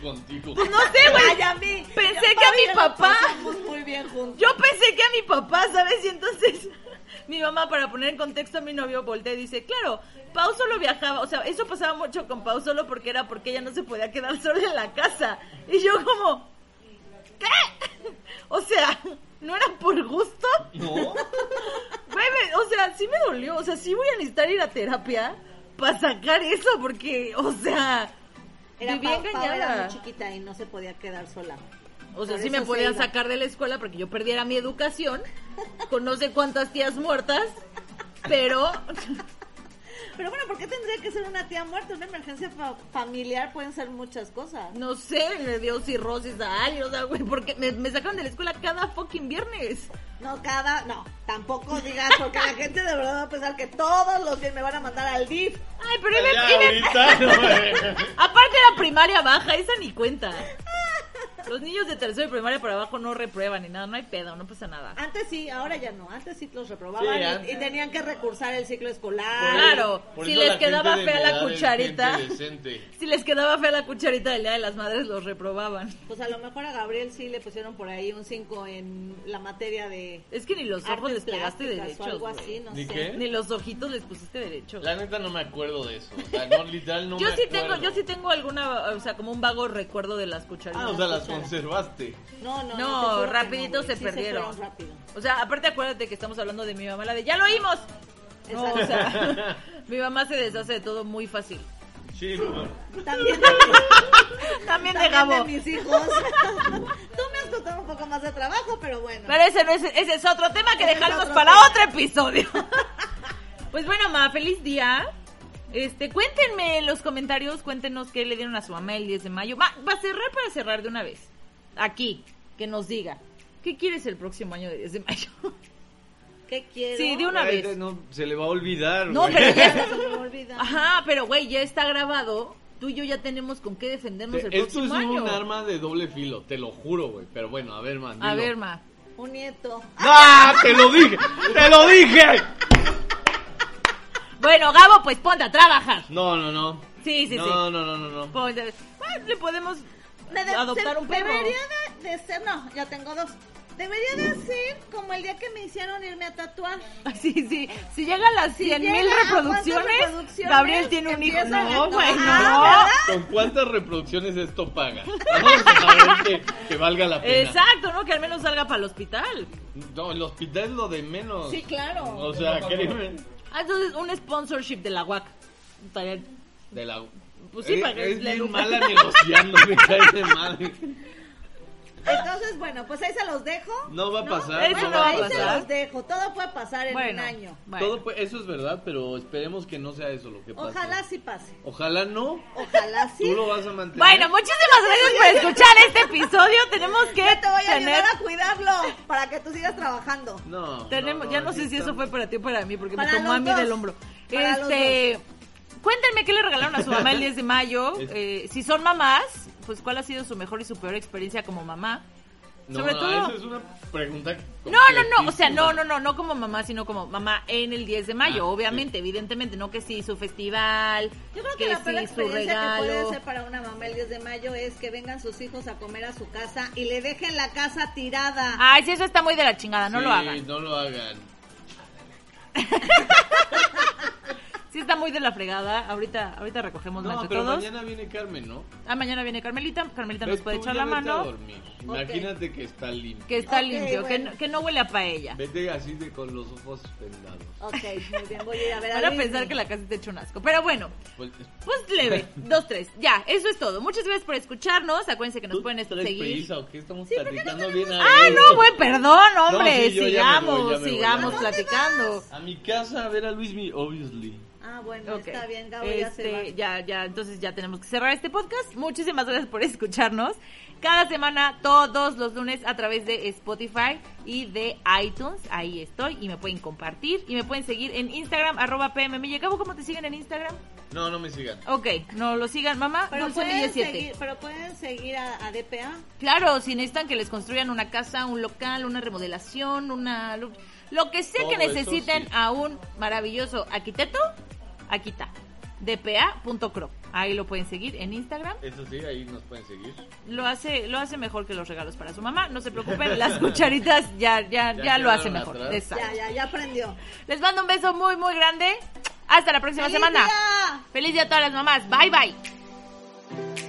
Speaker 6: contigo?
Speaker 4: no sé, güey.
Speaker 5: Ay, a mí.
Speaker 4: Pensé que
Speaker 5: Ya,
Speaker 4: a
Speaker 5: Pau y
Speaker 4: mi
Speaker 5: yo nos
Speaker 4: papá.
Speaker 5: pasamos muy bien juntos.
Speaker 4: Yo pensé que a mi papá, ¿sabes? Y entonces mi mamá, para poner en contexto a mi novio, voltea y dice, claro, Pau solo viajaba, o sea, eso pasaba mucho con Pau solo porque era porque ella no se podía quedar sola en la casa. Y yo como, ¿qué? O sea, ¿no era por gusto?
Speaker 6: ¿No?
Speaker 4: Güey, me- o sea, sí me dolió, o sea, sí voy a necesitar ir a terapia para sacar eso porque, o sea...
Speaker 5: Era
Speaker 4: viví
Speaker 5: Pau- Pau era
Speaker 4: engañada.
Speaker 5: muy chiquita y no se podía quedar sola.
Speaker 4: O sea,
Speaker 5: Por
Speaker 4: sí me
Speaker 5: eso se
Speaker 4: podían
Speaker 5: iba.
Speaker 4: sacar de la escuela porque yo perdiera mi educación con no sé cuántas tías muertas, pero
Speaker 5: Pero bueno, ¿por qué tendría que ser una tía muerta? Una emergencia fa- familiar pueden ser muchas cosas.
Speaker 4: no sé, le dio cirrosis a alguien, o sea, güey, porque me, me sacaron de la escuela cada fucking viernes.
Speaker 5: No, cada, no, tampoco digas, porque la gente de verdad va a pensar que todos los que me van a mandar al DIF.
Speaker 4: Ay, pero iba-
Speaker 6: Ya,
Speaker 4: iba-
Speaker 6: ahorita, no, güey.
Speaker 4: aparte era primaria baja, esa ni cuenta. Los niños de tercero y primaria para abajo no reprueban ni nada, no hay pedo, no pasa nada.
Speaker 5: Antes sí, ahora ya no, antes sí los reprobaban
Speaker 6: Sí,
Speaker 5: y-
Speaker 6: antes.
Speaker 5: y, tenían que recursar el ciclo escolar.
Speaker 4: Claro,
Speaker 6: Por
Speaker 4: si
Speaker 6: eso
Speaker 4: les
Speaker 6: la
Speaker 4: quedaba
Speaker 6: gente de
Speaker 4: fea
Speaker 6: mi
Speaker 4: la
Speaker 6: edad es
Speaker 4: cucharita.
Speaker 6: gente decente.
Speaker 4: Si les quedaba fea la cucharita del día de las madres, los reprobaban.
Speaker 5: Pues a lo mejor a Gabriel sí le pusieron por ahí un 5 en la materia de
Speaker 4: Es que ni los ojos
Speaker 5: artes
Speaker 4: les pegaste
Speaker 5: plásticas
Speaker 4: derechos.
Speaker 5: o algo
Speaker 4: güey.
Speaker 5: así, no
Speaker 6: ¿Ni
Speaker 5: sé.
Speaker 6: qué?
Speaker 4: Ni los ojitos les pusiste derecho.
Speaker 6: La neta no me acuerdo de eso. O sea, no, literal no
Speaker 4: yo
Speaker 6: me
Speaker 4: sí
Speaker 6: acuerdo.
Speaker 4: tengo, yo sí tengo alguna, o sea, como un vago recuerdo de las cucharitas.
Speaker 6: Ah, o sea, las conservaste.
Speaker 5: No,
Speaker 4: No,
Speaker 5: no, te juro que
Speaker 4: rapidito
Speaker 5: güey,
Speaker 4: se
Speaker 5: sí
Speaker 4: perdieron.
Speaker 5: fueron rápido.
Speaker 4: O sea, aparte acuérdate que estamos hablando de mi mamá, la de ya lo oímos. No, o sea, mi mamá se deshace de todo muy fácil.
Speaker 6: Sí, no.
Speaker 5: También de,
Speaker 4: También de
Speaker 5: también de
Speaker 4: Gabo.
Speaker 5: mis hijos. Tú me has costado un poco más de trabajo, pero bueno.
Speaker 4: Pero ese no es, ese es otro tema que
Speaker 5: Ese es
Speaker 4: dejaremos
Speaker 5: otro
Speaker 4: para
Speaker 5: tema.
Speaker 4: otro episodio. pues bueno, ma, feliz día. Este, cuéntenme en los comentarios, cuéntenos qué le dieron a su mamá el 10 de mayo. Va, va a cerrar para cerrar de una vez. Aquí, que nos diga. ¿Qué quieres el próximo año de 10 de mayo?
Speaker 5: ¿Qué quiero?
Speaker 4: sí, de una
Speaker 6: Ay,
Speaker 4: vez.
Speaker 6: no, se le va a olvidar.
Speaker 4: No,
Speaker 6: güey.
Speaker 4: pero ya
Speaker 5: Se
Speaker 4: está.
Speaker 5: me olvida.
Speaker 4: Ajá, pero güey, ya está grabado. Tú y yo ya tenemos con qué defendernos el
Speaker 6: Te- Esto es
Speaker 4: próximo año.
Speaker 6: un arma de doble filo, te lo juro, güey. Pero bueno, a ver, man.
Speaker 4: A
Speaker 6: dilo.
Speaker 4: ver, ma.
Speaker 5: Un nieto.
Speaker 6: ¡Ah! ¡Te lo dije! ¡Te lo dije!
Speaker 4: Bueno, Gabo, pues ponte a trabajar.
Speaker 6: No, no, no.
Speaker 4: Sí, sí,
Speaker 6: no,
Speaker 4: sí.
Speaker 6: No, no, no, no.
Speaker 4: Ponte a- Bueno, pues, le podemos
Speaker 5: Me de-
Speaker 4: adoptar
Speaker 5: se-
Speaker 4: un perro.
Speaker 5: Debería de, de ser, no, ya tengo dos. Debería de ser como el día que me hicieron irme a tatuar.
Speaker 4: Ah, Sí, sí. Si llega a las 100 mil
Speaker 5: llega a
Speaker 4: reproducciones,
Speaker 5: cuántas reproducciones,
Speaker 4: Gabriel tiene un hijo.
Speaker 5: empiezan
Speaker 4: No,
Speaker 5: a-
Speaker 4: güey, no.
Speaker 5: Ah,
Speaker 6: ¿Con cuántas reproducciones esto paga? Vamos a ver que, que valga la pena.
Speaker 4: Exacto, ¿no? Que al menos salga para el hospital.
Speaker 6: No, el hospital es lo de menos.
Speaker 5: Sí, claro.
Speaker 6: O sea, créeme.
Speaker 4: Ah, entonces un sponsorship de la UAC. Estaría-
Speaker 6: De la...
Speaker 4: Pues sí,
Speaker 6: Eh,
Speaker 4: para que
Speaker 6: es
Speaker 4: la
Speaker 6: bien
Speaker 4: educa-
Speaker 6: mala negociando, me cae de madre.
Speaker 5: Entonces, bueno, pues ahí se los dejo.
Speaker 6: No va a pasar.
Speaker 4: Eso
Speaker 5: Bueno,
Speaker 4: no va a
Speaker 5: ahí se
Speaker 4: pasar.
Speaker 5: los dejo. Todo puede pasar en un
Speaker 4: Bueno,
Speaker 5: año.
Speaker 4: bueno.
Speaker 6: Todo puede- eso es verdad, pero esperemos que no sea eso lo que pase.
Speaker 5: Ojalá sí pase.
Speaker 6: Ojalá no.
Speaker 5: Ojalá sí.
Speaker 6: Tú lo vas a mantener.
Speaker 4: Bueno, muchísimas gracias por escuchar este episodio. Tenemos que
Speaker 5: Yo te voy a
Speaker 4: tener.
Speaker 5: ayudar a cuidarlo para que tú sigas trabajando.
Speaker 6: No. no,
Speaker 4: tenemos- ya no sé
Speaker 6: aquí
Speaker 4: si eso
Speaker 6: estamos.
Speaker 4: fue para ti o para mí, porque
Speaker 5: Para
Speaker 4: me tomó
Speaker 5: los
Speaker 4: a mí
Speaker 5: dos.
Speaker 4: del hombro.
Speaker 5: Para los
Speaker 4: este. Cuéntenme qué le regalaron a su mamá el 10 de mayo.
Speaker 6: Es-
Speaker 4: Eh, si son mamás, pues cuál ha sido su mejor y su peor experiencia como mamá.
Speaker 6: No,
Speaker 4: Sobre
Speaker 6: no,
Speaker 4: todo-
Speaker 6: esa es una pregunta.
Speaker 4: No, no, no, o sea, no, no, no, no como mamá, sino como mamá en el 10 de mayo,
Speaker 6: Ah,
Speaker 4: obviamente, evidentemente, no que sí su festival,
Speaker 5: Yo creo que,
Speaker 4: que,
Speaker 5: la peor
Speaker 4: sí su
Speaker 5: experiencia que puede
Speaker 4: regalo.
Speaker 5: ser para una mamá el 10 de mayo es que vengan sus hijos a comer a su casa y le dejen la casa tirada.
Speaker 4: Ay, sí, eso está muy de la chingada, no
Speaker 6: Sí,
Speaker 4: lo hagan.
Speaker 6: No lo hagan.
Speaker 4: Sí está muy de la fregada, ahorita ahorita recogemos
Speaker 6: No,
Speaker 4: entre
Speaker 6: pero
Speaker 4: todos.
Speaker 6: mañana viene Carmen, ¿no?
Speaker 4: Ah, mañana viene Carmelita, Carmelita
Speaker 6: Ve
Speaker 4: nos puede
Speaker 6: tú,
Speaker 4: echar la
Speaker 6: ya vete a
Speaker 4: mano,
Speaker 6: dormir. Imagínate que está limpio.
Speaker 4: que está
Speaker 5: Ok,
Speaker 4: limpio, que,
Speaker 5: bueno.
Speaker 4: no, que no huele a paella.
Speaker 6: Vete así de con los ojos vendados.
Speaker 5: Ok, muy bien, voy a ir a ver
Speaker 4: Van
Speaker 5: a
Speaker 4: a pensar que la casa está hecho un asco, pero bueno.
Speaker 6: Pues,
Speaker 4: Pues leve, dos, tres, ya, eso es todo. Muchas gracias por escucharnos, acuérdense que nos
Speaker 6: ¿tú
Speaker 4: pueden este,
Speaker 6: traes
Speaker 4: seguir.
Speaker 6: prisa o qué? Estamos platicando bien a
Speaker 4: Ah, no,
Speaker 6: gusto.
Speaker 4: güey, perdón, hombre.
Speaker 6: No, sí, yo ya me
Speaker 4: sigamos,
Speaker 6: voy, ya me voy, ya me
Speaker 4: sigamos
Speaker 6: voy.
Speaker 4: platicando.
Speaker 6: A mi casa a ver a Luismi, obviously.
Speaker 5: Ah, bueno,
Speaker 4: Ok.
Speaker 5: está bien, Gabo, ya se va.
Speaker 4: Este, ya, ya, entonces ya tenemos que cerrar este podcast. Muchísimas gracias por escucharnos. Cada semana, todos los lunes, a través de Spotify y de iTunes. Ahí estoy y me pueden compartir. Y me pueden seguir en Instagram, arroba PMM. Gabo, ¿cómo te siguen en Instagram?
Speaker 6: No, no me sigan.
Speaker 4: Ok, no lo sigan. Mamá,
Speaker 5: Pero
Speaker 4: Dulce
Speaker 5: pueden,
Speaker 4: Milla 7.
Speaker 5: seguir, pero pueden seguir a, a DPA.
Speaker 4: Claro, si necesitan que les construyan una casa, un local, una remodelación, una lu- lo que sea
Speaker 6: Todo
Speaker 4: que
Speaker 6: eso,
Speaker 4: necesiten
Speaker 6: sí.
Speaker 4: a un maravilloso arquitecto, aquí está. dpa.cro. Ahí lo pueden seguir en Instagram.
Speaker 6: Eso sí, ahí nos pueden seguir.
Speaker 4: Lo hace lo hace mejor que los regalos para su mamá, no se preocupen, las cucharitas ya ya ya,
Speaker 6: Ya
Speaker 4: lo hace
Speaker 6: quedaron
Speaker 4: mejor.
Speaker 6: atrás.
Speaker 4: Exacto.
Speaker 5: Ya, ya, ya aprendió.
Speaker 4: Les mando un beso muy muy grande. Hasta la próxima
Speaker 5: ¡Feliz
Speaker 4: semana.
Speaker 5: día!
Speaker 4: Feliz día a todas las mamás. Bye bye.